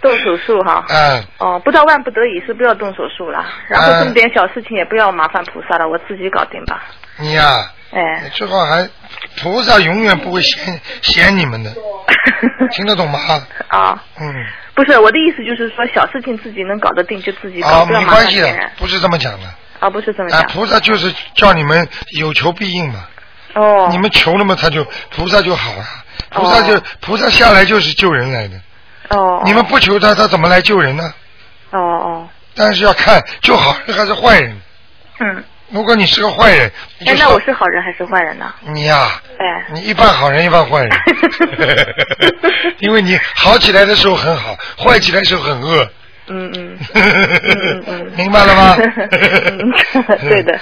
G: 动手术哈。
A: 啊，
G: 哦，不到万不得已是不要动手术了，然后
A: 嗯
G: 这么点小事情也不要麻烦菩萨了，我自己搞定吧。
A: 你呀、
G: 哎，
A: 最后还菩萨永远不会嫌嫌你们的，听得懂吗？
G: *laughs* 啊，
A: 嗯，
G: 不是我的意思就是说小事情自己能搞得定就自己
A: 啊，
G: 搞，不要
A: 没
G: 麻
A: 关
G: 烦
A: 系
G: 别人
A: 的，。不是这么讲的，
G: 啊，不是这么
A: 啊
G: 讲，。
A: 菩萨就是叫你们有求必应嘛，
G: 哦。
A: 你们求了嘛，他就菩萨就好了，菩萨就、
G: 哦
A: 菩萨下来就是救人来的，
G: 哦。
A: 你们不求他，他怎么来救人呢？
G: 哦哦，
A: 但是要看救好人还是坏人，
G: 嗯，
A: 如果你是个坏人，你
G: 哎
A: 就，
G: 那我是好人还是坏人呢？
A: 你呀、
G: 哎，
A: 你一半好人一半坏
G: *laughs*
A: 人，因为你好起来的时候很好，坏起来的时候很恶。
G: 嗯嗯，嗯嗯
A: *laughs* 明白了吗
G: 嗯 *laughs*
A: *laughs*
G: 对的，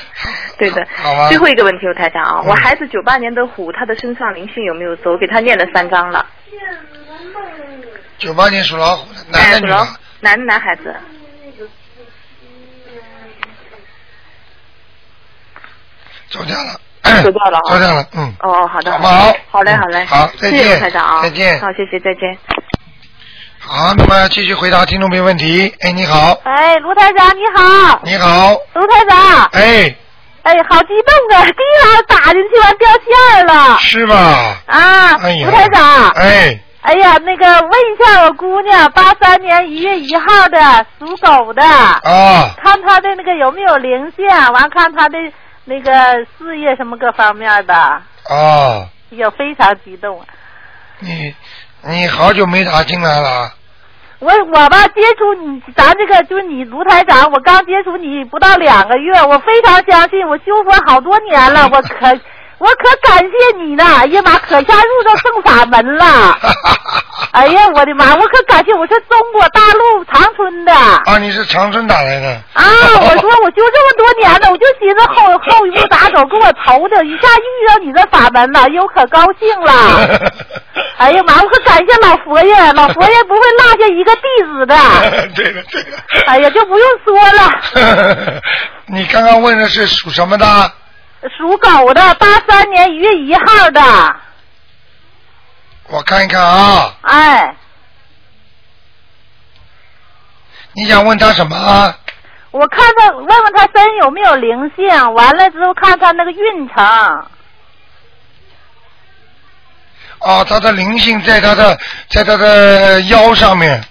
G: 对的。
A: 好吧
G: 最后一个问题，我台长啊，
A: 嗯
G: 我孩子九八年的虎，他的身上灵性有没有走？我给他念了三张了。
A: 九八年属老虎的，男
G: 哎，
A: 的
G: 属
A: 女
G: 老
A: 的
G: 虎？，男的男孩子，
A: 走掉了，
G: 走掉了啊
A: 走掉了，嗯。
G: 哦，好的，
A: 好
G: 好
A: 不好
G: 的，好嘞，好嘞，
A: 嗯好再
G: 谢谢
A: 见
G: 台长啊，
A: 再见
G: 好，谢谢，再见。
A: 好，那么继续回答听众朋友问题。哎，你好，
H: 哎，卢台长你好，
A: 你好，
H: 卢台长，
A: 哎，
H: 哎，好激动啊！第一行打进去完掉线了
A: 是吧？
H: 啊！
A: 哎呀，
H: 卢台长，
A: 哎，
H: 哎呀，那个问一下我姑娘，八三年一月一号的，属狗的，
A: 啊，
H: 看她的那个有没有灵性，完看她的那个事业什么各方面的，
A: 啊，
H: 哎呀，非常激动啊！
A: 你你好久没打进来
G: 啊
A: 了，
H: 我我吧接触你，咱这个就是你卢台长，我刚接触你不到两个月，我非常相信，我修佛好多年了，我可我可感谢你呢，哎呀妈，可下入到正法门了，
A: 哈哈哈哈
H: 哎呀我的妈，我可感谢，我是中国大陆长春的啊，
A: 啊，你是长春打来的，
H: 我说我修这么多年了，我就寻思后后一步咋走，给我头的一下遇到你的法门了，哎呦可高兴了。哎呀妈！我可感谢老佛爷，老佛爷不会落下一个弟子的。
G: 啊
A: *laughs* 对的对的，
H: *laughs* 哎呀，就不用说了，
A: 你刚刚问的是属什么的？
H: 属狗的，八三年一月一号的，
A: 我看一看啊，
H: 哎，
A: 你想问他什么啊？
H: 我看他问问他身有没有灵性，完了之后看他那个运程，
A: 哦，他的灵性在他的在他的腰上面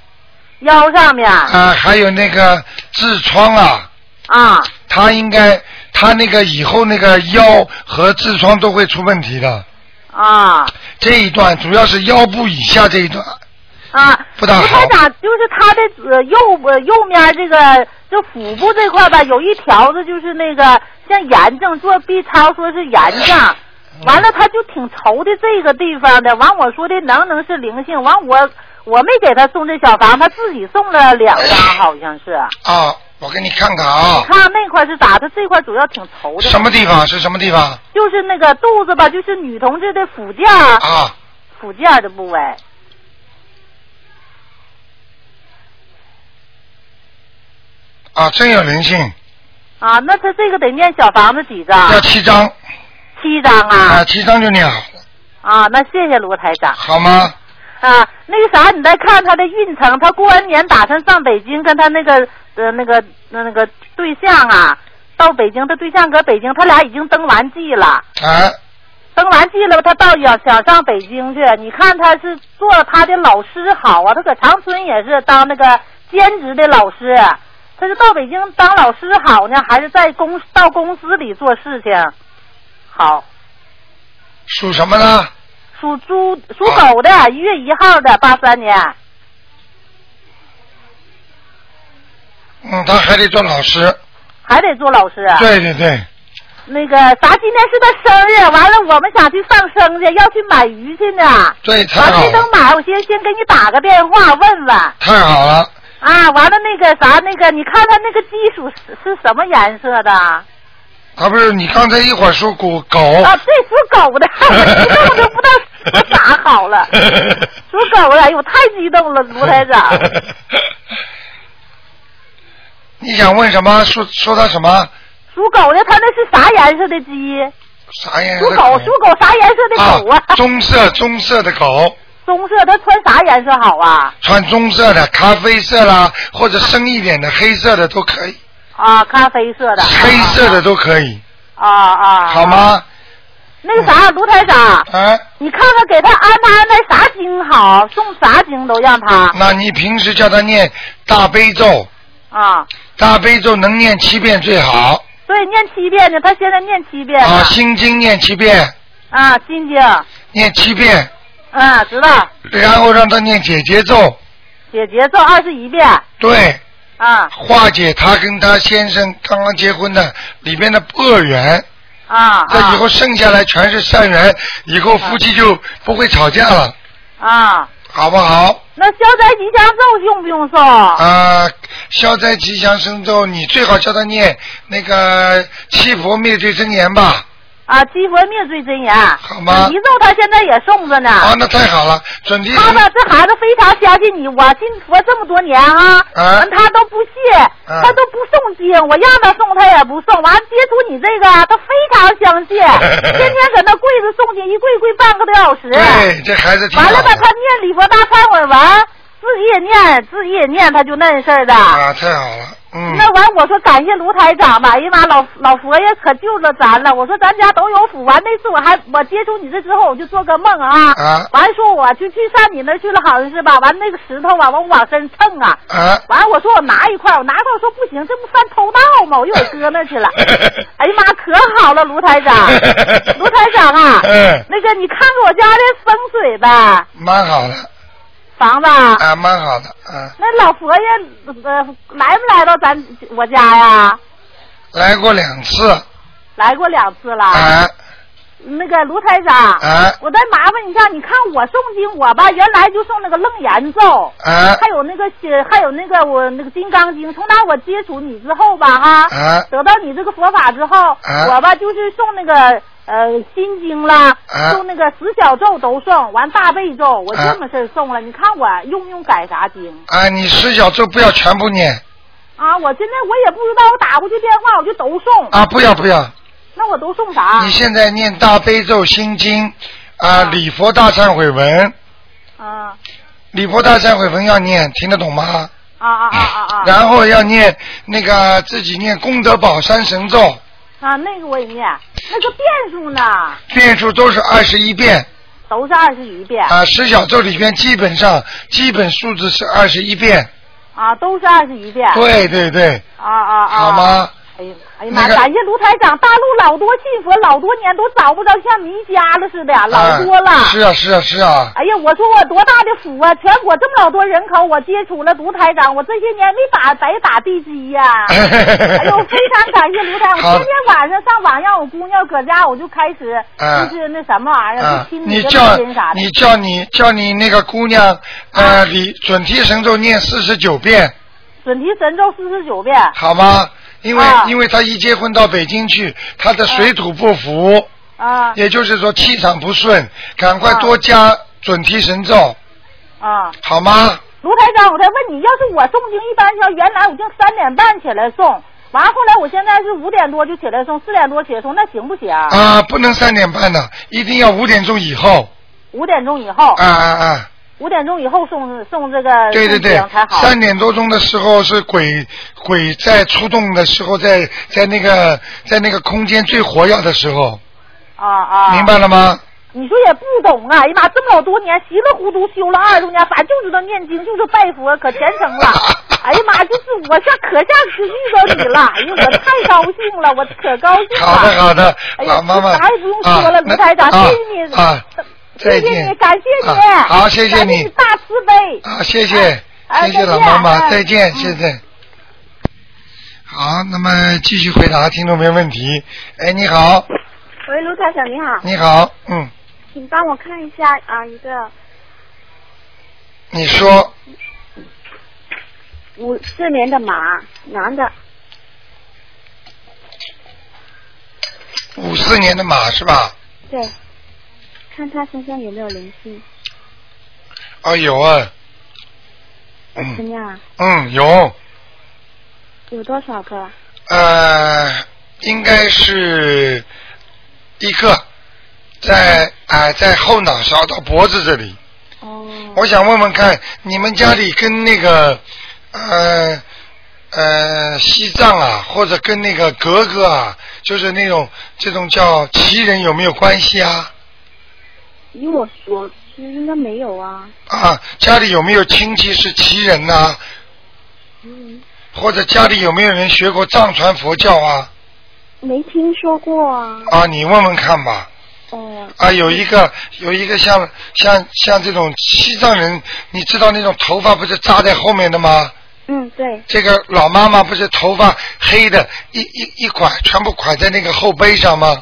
H: 腰上面
A: 啊、
H: 啊
A: 还有那个痔疮啊，他应该他那个以后那个腰和痔疮都会出问题的。
H: 啊
A: 这一段主要是腰部以下这一段
H: 啊！
A: 不大
H: 卢
A: 好
H: 台，长就是他的呃右呃右面这个就腹部这块吧，有一条子就是那个像炎症，做 B 超说是炎症。
A: 嗯
H: 完了，他就挺愁的这个地方的。完，我说的能不能是灵性？完，我我没给他送这小房，他自己送了两张，好像是。
A: 啊，我给你看看啊，
H: 看那块是咋的？这块主要挺愁的，
A: 什么地方是什么地方
H: 就是那个肚子吧，就是女同志的腹件儿、
A: 啊？
H: 腹件儿的部位。
A: 啊，真有灵性，
H: 啊，那他这个得念小房子几张？
A: 要七张
H: 啊七张啊
A: 啊，。七张就念好了，
H: 啊，那谢谢卢台长
A: 好吗？
H: 啊。那个啥，你再看他的运程，他过完年打算上北京，跟他那个呃那个那那个对象啊，到北京，他对象搁北京，他俩已经登完记了。
A: 啊，
H: 登完记了，他到要想上北京去。你看他是做他的老师好啊，他搁长春也是当那个兼职的老师。他是到北京当老师好呢，还是在公到公司里做事情好？
A: 属什么呢？
H: 属猪属
A: 哦
H: 狗的，一月一号的，八三年
A: 嗯，他还得做老师，
H: 还得做老师。啊
A: 对对对，
H: 那个啥，今天是他生日，完了我们想去放生去，要去买鱼去呢。
A: 对，太
H: 完了
A: 好
H: 没等
A: 了，
H: 买，我先先给你打个电话问问。
A: 太好了，
H: 啊，完了那个啥，那个你看它那个基础是是什么颜色的？啊，
A: 他不是你刚才一会儿说狗 *laughs* 狗，
H: 这属狗
A: *laughs*
H: 的，哎我激动都不知道说啥好了。属狗的，哎呦，我太激动了，卢台长。
A: *laughs* 你想问什么？说说他什么？
H: 属狗的，它那是啥颜色的鸡？
A: 啥颜
H: 属
A: 色的？
H: 狗，属狗啥颜色的狗啊？
A: 棕色棕色的狗，
H: 棕色，它穿啥颜色好啊？
A: 穿棕色的、咖啡色啦，或者深一点的黑色的都可以，
H: 啊，咖啡色的。
A: 黑色的都可以，
H: 啊。啊啊。
A: 好？吗？
H: 那个啥，卢台长，
A: 啊，
H: 你看看给他安排安排啥经好，送啥经都让他
A: 那你平时叫他念大悲咒，
H: 啊。
A: 大悲咒能念七遍最好
H: 对，念七遍呢，他现在念七遍呢。
A: 啊，心经念七遍，
H: 啊，金晶，
A: 念七遍，
H: 嗯，知道，
A: 然后让他念姐姐咒，
H: 姐姐咒二十一遍，
A: 对，
H: 啊
A: 化解他跟他先生刚刚结婚的里边的恶缘，
H: 啊
A: 那以
H: 啊
A: 后剩下来全是善缘，以后夫妻就不会吵架了，
H: 啊
A: 好不好？
H: 那消灾吉祥咒用不用送？
A: 啊、消灾吉祥神咒，你最好叫他念那个七佛灭罪真言吧。
H: 啊，七佛灭罪真言。好
A: 吗
H: 咒他现在也送着呢。
A: 啊，那太好了，准提
H: 他
A: 神
H: 吧，这孩子非常相信你，我信佛这么多年啊，
A: 啊
H: 完他都不信，
A: 啊
H: 他都不诵经，我让他诵他也不诵，完接触你这个，他非常相
A: *laughs*
H: 信，天天搁那跪着诵经，一跪跪半个多小时。
A: 对，这孩子挺
H: 完了
A: 好
H: 吧，
A: 的
H: 他念礼佛大忏悔文，自己也念，自己也念，他就那事儿的。
A: 啊，太好了，嗯，
H: 那完，我说感谢卢台长吧，哎呀妈，老老佛爷可救了咱了。我说咱家都有福。完那次我还我接触你这之后，我就做个梦啊，
A: 啊
H: 完说我就去上你那儿去了，好像是吧？完那个石头啊，完我往身蹭啊，
A: 啊，
H: 完我说我拿一块，我拿一块，我说不行，这不犯偷盗吗？我又给搁那
A: *laughs*
H: 去了。哎呀妈，可好了，卢台长，卢台长啊，
A: 嗯
H: 那个你看看我家的风水呗，
A: 蛮好的，
H: 房子。
A: 啊，蛮好的，啊，
H: 那老佛爷呃来没来到咱我家呀？
A: 来过两次，
H: 来过两次了。
A: 啊
H: 那个卢台长，
A: 啊
H: 我再麻烦你看，你看我诵经我吧，原来就诵那个楞严咒，
A: 啊
H: 还有那个写，还有那个我那个金刚经。从打我接触你之后吧，哈，
A: 啊
H: 得到你这个佛法之后，
A: 啊
H: 我吧就是诵那个呃心经啦，
A: 啊
H: 诵那个十小咒都诵，完大悲咒我
A: 啊
H: 这么事儿诵了。你看我用不用改啥经
A: 啊，你十小咒不要全部念，
H: 啊？我现在我也不知道，我打过去电话我就都诵，
A: 啊，不要不要，
H: 那我都诵啥
A: 你？现在念大悲咒心经，啊，
H: 啊
A: 礼佛大忏悔文，
H: 啊
A: 礼佛大忏悔文要念，听得懂吗？
H: 啊啊啊啊啊！
A: 然后要念那个自己念功德宝山神咒，
H: 啊，那个我也念，那个变数呢，
A: 遍数都是二十一遍
H: 都是二十一遍
A: 啊，十小咒里边基本上基本数字是二十一遍，
H: 啊，都是二十一遍。
A: 对对对，
H: 啊啊啊！
A: 好？吗？
H: 哎呀，哎呀妈！
A: 那个
H: 感谢卢台长，大陆老多信佛，老多年都找不着像迷家了似的，
A: 啊
H: 老多了。
A: 是啊是啊是啊，
H: 哎呀，我说我多大的福啊！全国这么老多人口，我接触了卢台长，我这些年没打白打地
A: *laughs*
H: 基呀、哎呦，非常感谢卢台长！我
A: 好
H: 天天晚上上网让我姑娘搁家，我就开始
A: 啊
H: 就是那什么玩意儿，
A: 啊
H: 就亲，
A: 你
H: 个
A: 叫
H: 亲啥的。啊
A: 你叫你叫你那个姑娘，呃，礼准提神咒念四十九遍，
H: 准提神咒四十九遍。
A: 好吗？因为、
H: 啊
A: 因为她一结婚到北京去，她的水土不服，
H: 啊
A: 也就是说气场不顺，赶快多加准提神咒，
H: 啊！
A: 好吗？
H: 卢台长，我再问你，要是我诵经，一般要原来我就三点半起来诵，完后来我现在是五点多就起来诵，四点多起来诵，那行不行？
A: 啊，不能三点半的，一定要五点钟以后。
H: 五点钟以后
A: 啊，啊啊！
H: 五点钟以后诵诵这个
A: 对对对
H: 诵经才，好。
A: 三点多钟的时候是鬼鬼在出动的时候，在在那个在那个空间最活跃的时候，
H: 啊啊！
A: 明白。了吗？
H: 你说也不懂啊！哎呀妈，这么老多年稀里糊涂修了二十多年，反正就知道念经，就是拜佛，可虔诚
A: *laughs*
H: 了。哎呀妈，就是我下可下次遇到你了，哎呀，我太高兴了，我可高兴了。
A: 好的好的，
H: 哎呀
A: 老妈妈，
H: 啥也不用说了
A: 啊
H: 卢台长
A: 那
H: 谢谢你
A: 啊啊，再
H: 谢谢
A: 见
H: 你，，感谢你，
A: 啊好，谢
H: 感
A: 你
H: 大慈悲。
A: 啊，谢谢，
H: 哎
A: 谢谢
H: 哎嗯
A: 老妈妈，再
H: 再
A: 见
H: 见，
A: 谢谢。好，那么继续回答听众朋友问题。哎，你好，
I: 喂，卢台长你好，
A: 你好，嗯，
I: 请帮我看一下啊、一个
A: 你说
I: 五四年的马男的，
A: 五四年的马是吧？
I: 对，看他身上有没有灵性，
A: 哦，有啊，
I: 怎
A: 嗯
I: 么样啊？
A: 嗯，有，
I: 有多少个？
A: 呃，应该是一个在啊、在后脑勺到脖子这里。
I: 哦，
A: 我想问问看，你们家里跟那个呃呃西藏啊，或者跟那个格格啊，就是那种这种叫奇人有没有关系啊？
I: 以我所知应该没有啊。
A: 啊，家里有没有亲戚是奇人呐、
I: 嗯，
A: 或者家里有没有人学过藏传佛教啊？
I: 没听说过啊。
A: 啊，你问问看吧。
I: 哦，
A: 啊，有一个有一个像像像这种西藏人，你知道那种头发不是扎在后面的吗？
I: 嗯，对，
A: 这个老妈妈不是头发黑的，一一一拐全部拐在那个后背上吗？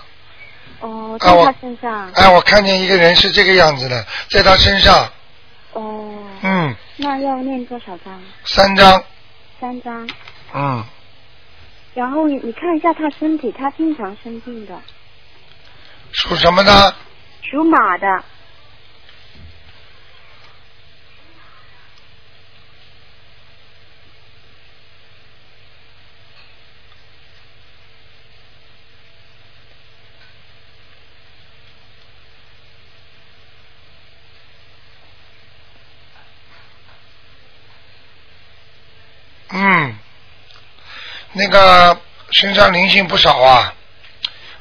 I: 哦，
A: 啊
I: 在
A: 我啊
I: 他身上。
A: 哎，我看见一个人是这个样子的，在她身上，
I: 哦，
A: 嗯，
I: 那要念多少章？
A: 三张，
I: 三章。
A: 嗯，
I: 然后你你看一下他身体，他经常生病的，
A: 属什么呢？
I: 属马的。
A: 嗯，那个身上灵性不少啊，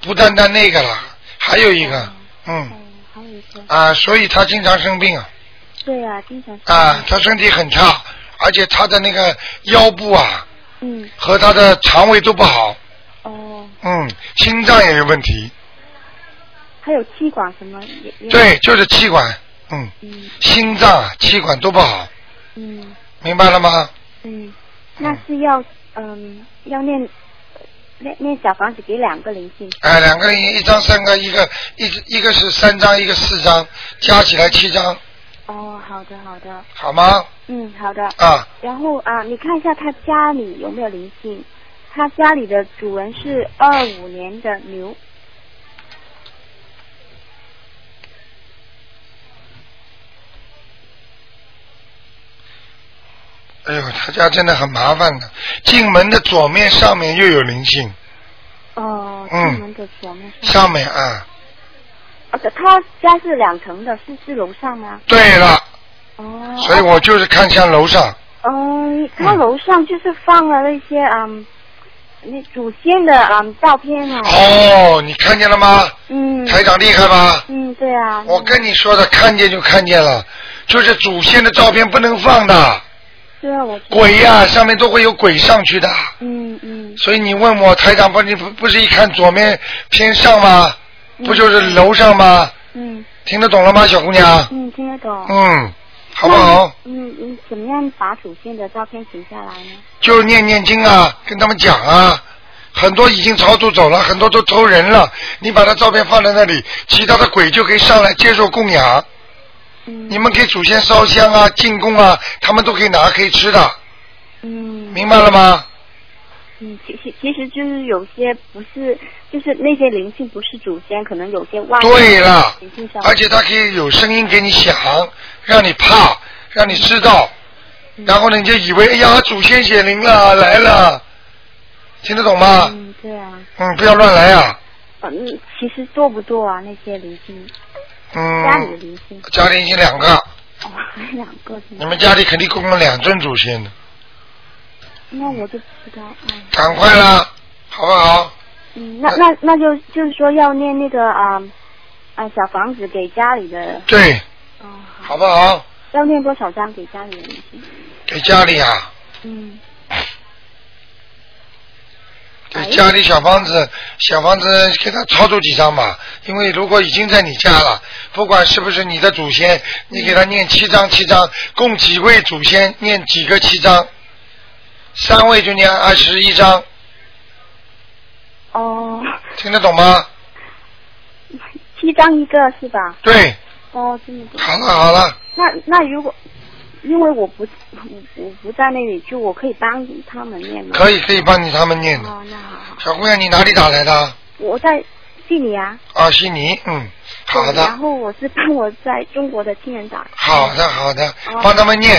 A: 不单单那个了，还有一个，嗯
I: 还有一个，
A: 啊，所以他经常生病啊，
I: 对啊，经常生病。
A: 啊，他身体很差，而且他的那个腰部啊
I: 嗯，
A: 和他的肠胃都不好，
I: 哦，
A: 嗯，心脏也有问题，
I: 还有气管什么也也。
A: 对，就是气管，嗯，
I: 嗯
A: 心脏、啊、气管都不好，
I: 嗯
A: 明白了吗？
I: 嗯，那是要嗯要念呃念念小房子给两个灵性。
A: 哎，两个人一张三个，一个一个一个是三张，一个四张，加起来七张，
I: 哦，好的好的，
A: 好吗？
I: 嗯好的。
A: 啊，
I: 然后啊，你看一下他家里有没有灵性？他家里的主人是二五年的牛，
A: 哎呦，他家真的很麻烦的，进门的左面上面又有灵性，
I: 哦，
A: 嗯
I: 进门的左面上。
A: 上面啊，
I: 啊，他家是两层的，是是楼上吗？
A: 对了，
I: 哦。
A: 所以我就是看向楼上，
I: 嗯，他楼上就是放了那些嗯，那祖先的嗯照片啊。
A: 哦，你看见了吗？
I: 嗯。
A: 台长厉害吧？
I: 嗯，对啊。
A: 我跟你说的，看见就看见了，就是祖先的照片不能放的，
I: 对啊，我知道
A: 鬼呀、上面都会有鬼上去的，
I: 嗯嗯
A: 所以你问我台长不，你不不是一看左面偏上吗？
I: 嗯
A: 不就是楼上吗？
I: 嗯。
A: 听得懂了吗，小姑娘？
I: 嗯，听得懂。
A: 嗯，好
I: 那
A: 不好？
I: 你？嗯，你怎么样把祖先的照片停下来呢？
A: 就念念经啊，跟他们讲啊。很多已经超度走了，很多都投人了。你把他照片放在那里，其他的鬼就可以上来接受供养。
I: 嗯
A: 你们给祖先烧香啊、进贡啊，他们都可以拿，可以吃的，
I: 嗯
A: 明白了吗？
I: 嗯，其实其实就是有些不是，就是那些灵性不是祖先，可能有些外面
A: 对了
I: 灵性上，
A: 而且它可以有声音给你响，让你怕，让你知道，
I: 嗯
A: 然后呢你就以为哎呀祖先显灵了来了，听得懂吗？
I: 嗯，对啊，
A: 嗯，不要乱来啊。
I: 嗯，其实多不多啊？那些灵性，家里的
A: 嗯，
I: 灵性，
A: 家里已经两个，
I: 哦，还有两个是吗
A: 你们家里肯定供了两尊祖先的，
I: 那我就不知道，嗯
A: 赶快啦，好不好？
I: 嗯，那那那就就是说要念那个啊啊、小房子给家里的，
A: 对，
I: 哦，
A: 好不好？
I: 要念多少张给家里的灵性？
A: 给家里啊，
I: 嗯，
A: 给家里小房子，小房子给他超度几张吧，因为如果已经在你家了，不管是不是你的祖先，你给他念七张七张，供几位祖先念几个七张，三位就念二十一张，
I: 哦，
A: 听得懂吗？
I: 七张一个是吧？
A: 对，
I: 哦，这么多。
A: 好了好了，
I: 那那如果，因为我不我我不在那里住，我可以帮他们念吗？
A: 可以可以帮你他们念的。
I: 哦，那好好，
A: 小姑娘，你哪里打来的？
I: 我在悉尼啊。
A: 啊，悉尼，嗯，好
I: 然
A: 的，
I: 后我是帮我在中国的亲人打。
A: 好的好的
I: 哦，
A: 帮他们念，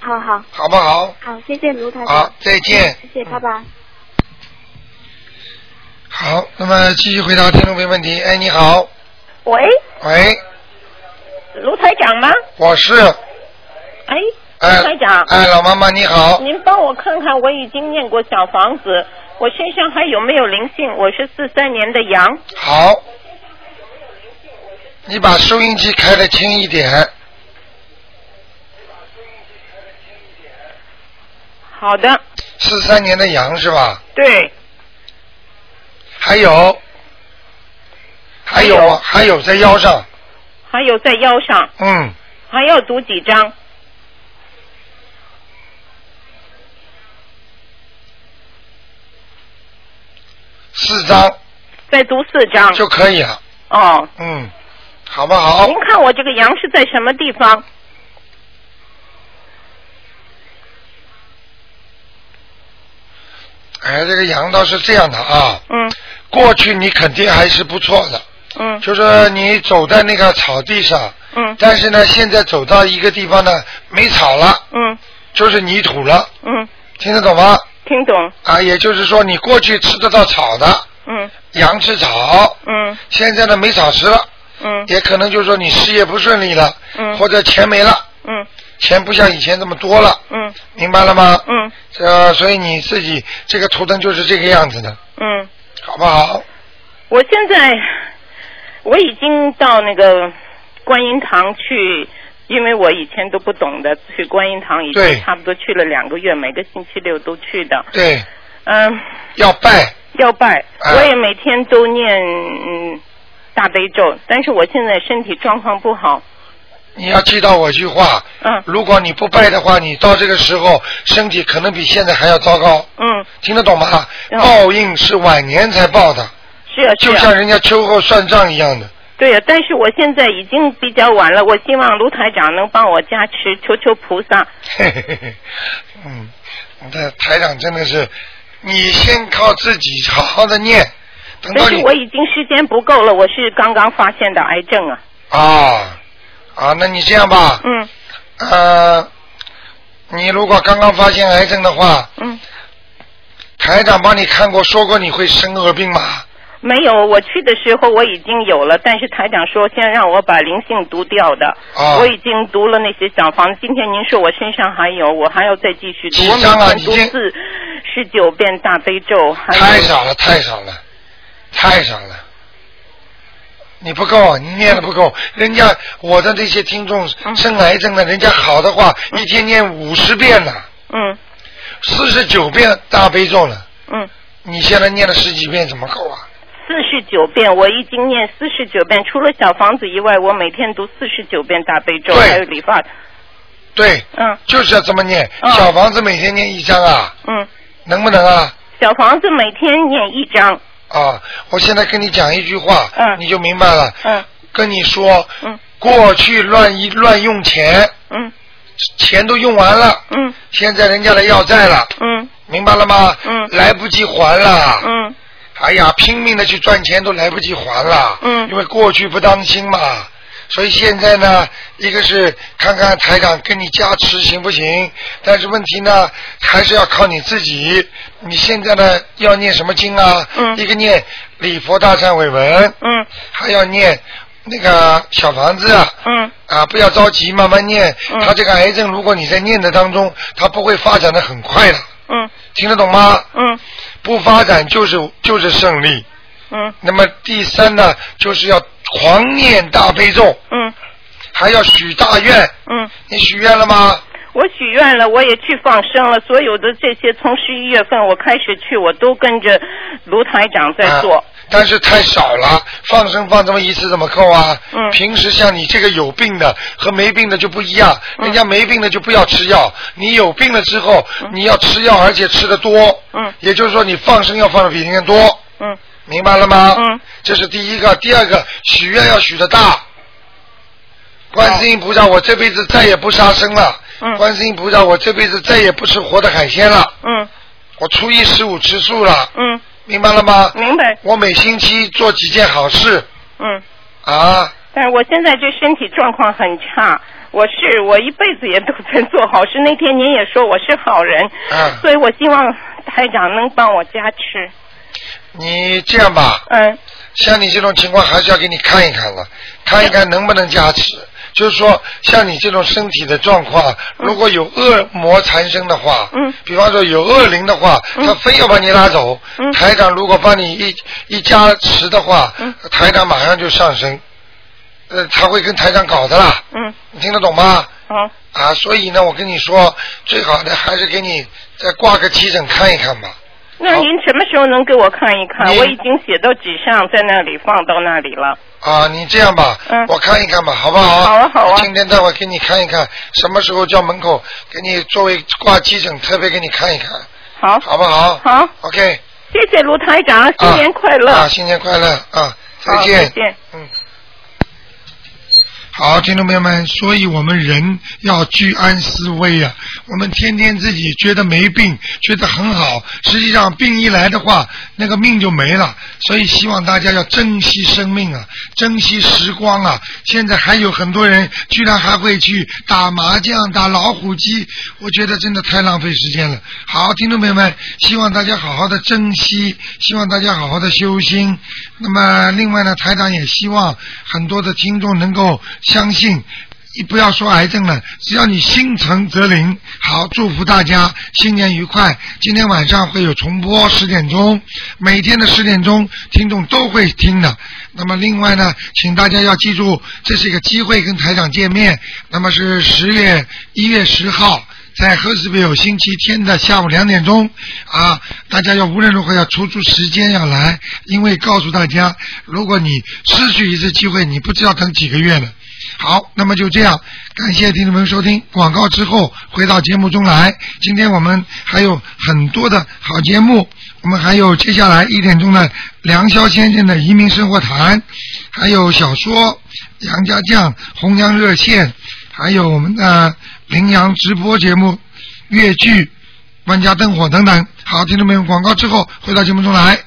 I: 好好
A: 好不好？
I: 好，谢谢卢台长。嗯
A: 好，再见。嗯
I: 谢谢，拜拜。
A: 好，那么继续回答听众朋友问题。哎，你好，
J: *laughs* 喂，
A: 喂，
J: 卢台长吗？
A: 我是，
J: 哎，
A: 哎
J: 卢台长，
A: 哎，老妈妈你好，
J: 您帮我看看，我已经念过小房子，我身上还有没有灵性？我是四三年的羊。
A: 好，你把收音机开的轻一点，
J: 好的，
A: 四三年的羊是吧？
J: 对，
A: 还有，还有啊，还有在腰上，
J: 还有在腰上，
A: 嗯，
J: 还要读几张？
A: 四张
J: 再读四张。
A: 就可以了，
J: 哦，
A: 嗯，好不好
J: 嗯您？看我这个羊是在什么地方？
A: 哎，这个羊倒是这样的啊，
J: 嗯
A: 过去你肯定还是不错的，
J: 嗯，
A: 就是你走在那个草地上，
J: 嗯
A: 但是呢，现在走到一个地方呢，没草了，
J: 嗯
A: 就是泥土了，
J: 嗯，
A: 听得懂吗？
J: 听懂，
A: 啊，也就是说你过去吃得到草的，
J: 嗯
A: 羊吃草，
J: 嗯
A: 现在呢没草吃了，
J: 嗯
A: 也可能就是说你事业不顺利了，
J: 嗯
A: 或者钱没了，
J: 嗯
A: 钱不像以前这么多了，
J: 嗯
A: 明白了吗？
J: 嗯
A: 这所以你自己这个图腾就是这个样子的，
J: 嗯，
A: 好不好？
J: 我现在我已经到那个观音堂去，因为我以前都不懂的，去观音堂已
A: 对
J: 经差不多去了两个月，每个星期六都去的。
A: 对，
J: 嗯，
A: 要拜，
J: 要拜，
A: 啊
J: 我也每天都念嗯大悲咒，但是我现在身体状况不好，
A: 你要记到我一句话，
J: 嗯
A: 如果你不拜的话，你到这个时候身体可能比现在还要糟糕，
J: 嗯，
A: 听得懂吗？报应是晚年才报的，
J: 是啊，
A: 就是像
J: 啊，
A: 人家秋后算账一样的。 *laughs*
J: 对呀、但是我现在已经比较晚了，我希望卢台长能帮我加持，求求菩萨，
A: 嘿嘿嘿嘿，嗯，你的台长真的是，你先靠自己好好的念，等
J: 但
A: 到
J: 是
A: 你
J: 我已经时间不够了，我是刚刚发现的癌症啊，
A: 啊啊，那你这样吧，
J: 嗯
A: 呃，你如果刚刚发现癌症的话，
J: 嗯，
A: 台长帮你看过说过你会生恶病吗？
J: 没有，我去的时候我已经有了，但是台长说先让我把灵性读掉的，
A: 啊
J: 我已经读了那些小房子。今天您说我身上还有，我还要再继续读。
A: 几
J: 我每
A: 张啊
J: 天读
A: 已经
J: 四十九遍大悲咒，还
A: 太
J: 有
A: 少了，太少了，太少了。你不够，你念的不够。人家我的这些听众
J: 嗯
A: 生癌症的，人家好的话，一天念五十遍呢，
J: 嗯
A: 四十九遍大悲咒了。
J: 嗯
A: 你现在念了十几遍，怎么够啊？
J: 四十九遍，我已经念四十九遍，除了小房子以外，我每天读四十九遍大悲咒，
A: 对
J: 还有理发，
A: 对，
J: 嗯
A: 就是要这么念。
J: 嗯
A: 小房子每天念一张啊，
J: 嗯，
A: 能不能啊？
J: 小房子每天念一章，
A: 啊，我现在跟你讲一句话，
J: 嗯
A: 你就明白了。
J: 嗯
A: 跟你说，
J: 嗯
A: 过去乱一乱用钱，
J: 嗯
A: 钱都用完了，
J: 嗯
A: 现在人家来要债了，
J: 嗯
A: 明白了吗？
J: 嗯
A: 来不及还了。
J: 嗯
A: 哎呀，拼命的去赚钱都来不及还了。
J: 嗯
A: 因为过去不当心嘛，所以现在呢，一个是看看台长跟你加持行不行，但是问题呢，还是要靠你自己。你现在呢，要念什么经啊？
J: 嗯
A: 一个念礼佛大忏悔文，
J: 嗯
A: 还要念那个小房子啊。
J: 嗯
A: 啊，不要着急，慢慢念。
J: 嗯
A: 他这个癌症，如果你在念的当中，他不会发展的很快的，
J: 嗯
A: 听得懂吗？
J: 嗯
A: 不发展就是就是胜利。
J: 嗯
A: 那么第三呢，就是要狂念大悲咒，
J: 嗯
A: 还要许大愿。
J: 嗯。
A: 你许愿了吗？
J: 我许愿了，我也去放生了，所有的这些从十一月份我开始去，我都跟着卢台长在做。
A: 啊但是太少了，放生放这么一次怎么够啊？
J: 嗯
A: 平时像你这个有病的和没病的就不一样，
J: 嗯
A: 人家没病的就不要吃药，你有病了之后你要吃药，而且吃的多。
J: 嗯
A: 也就是说，你放生要放的比人家多，
J: 嗯
A: 明白了吗？
J: 嗯
A: 这是第一个，第二个许愿要许的大。观世音菩萨，我这辈子再也不杀生了。
J: 嗯
A: 观世音菩萨，我这辈子再也不吃活的海鲜了。
J: 嗯
A: 我初一十五吃素了，
J: 嗯，
A: 明白了吗？
J: 明白。
A: 我每星期做几件好事
J: 嗯，
A: 啊，
J: 但是我现在这身体状况很差。我是我一辈子也都在做好事。那天您也说我是好人，
A: 嗯
J: 所以我希望台长能帮我加持。
A: 你这样吧，
J: 嗯
A: 像你这种情况还是要给你看一看了，看一看能不能加持。就是说，像你这种身体的状况，如果有恶魔缠身的话，
J: 嗯
A: 比方说有恶灵的话，他非要把你拉走，
J: 嗯
A: 台长如果帮你一一加持的话，
J: 嗯
A: 台长马上就上升，呃，他会跟台长搞的啦，
J: 嗯，
A: 你听得懂吗？
J: 好，
A: 啊，所以呢，我跟你说，最好的还是给你再挂个急诊看一看吧。
J: 那您什么时候能给我看一看？
A: 您
J: 我已经写到纸上，在那里放到那里了。
A: 啊，你这样吧，
J: 嗯
A: 我看一看吧，好不好？
J: 好啊好啊
A: 今天待会儿给你看一看，什么时候叫门口给你作为挂急诊，特别给你看一看，
J: 好，
A: 好不好？
J: 好，
A: ，OK，嗯
J: 谢谢卢台长，新年快乐。
A: 啊，新年快乐啊，再
J: 好
A: 见，
J: 再见。
A: 嗯。好，听众朋友们，所以我们人要居安思危啊！我们天天自己觉得没病，觉得很好，实际上病一来的话，那个命就没了。所以希望大家要珍惜生命啊，珍惜时光啊！现在还有很多人居然还会去打麻将、打老虎机，我觉得真的太浪费时间了。好，听众朋友们，希望大家好好的珍惜，希望大家好好的修心。那么，另外呢，台长也希望很多的听众能够相信，你不要说癌症了，只要你心诚则灵。好，祝福大家新年愉快。今天晚上会有重播，十点钟，每天的十点钟，听众都会听的。那么另外呢，请大家要记住，这是一个机会跟台长见面。那么是十月一月十号。在何斯比有星期天的下午两点钟啊，大家要无论如何要抽出时间要来，因为告诉大家，如果你失去一次机会，你不知道等几个月了。好，那么就这样，感谢听众朋友收听广告之后回到节目中来。今天我们还有很多的好节目，我们还有接下来一点钟的梁霄先生的移民生活谈，还有小说杨家将红娘热线。还有我们的羚羊直播节目、越剧、万家灯火等等。好，听众朋友，广告之后回到节目中来。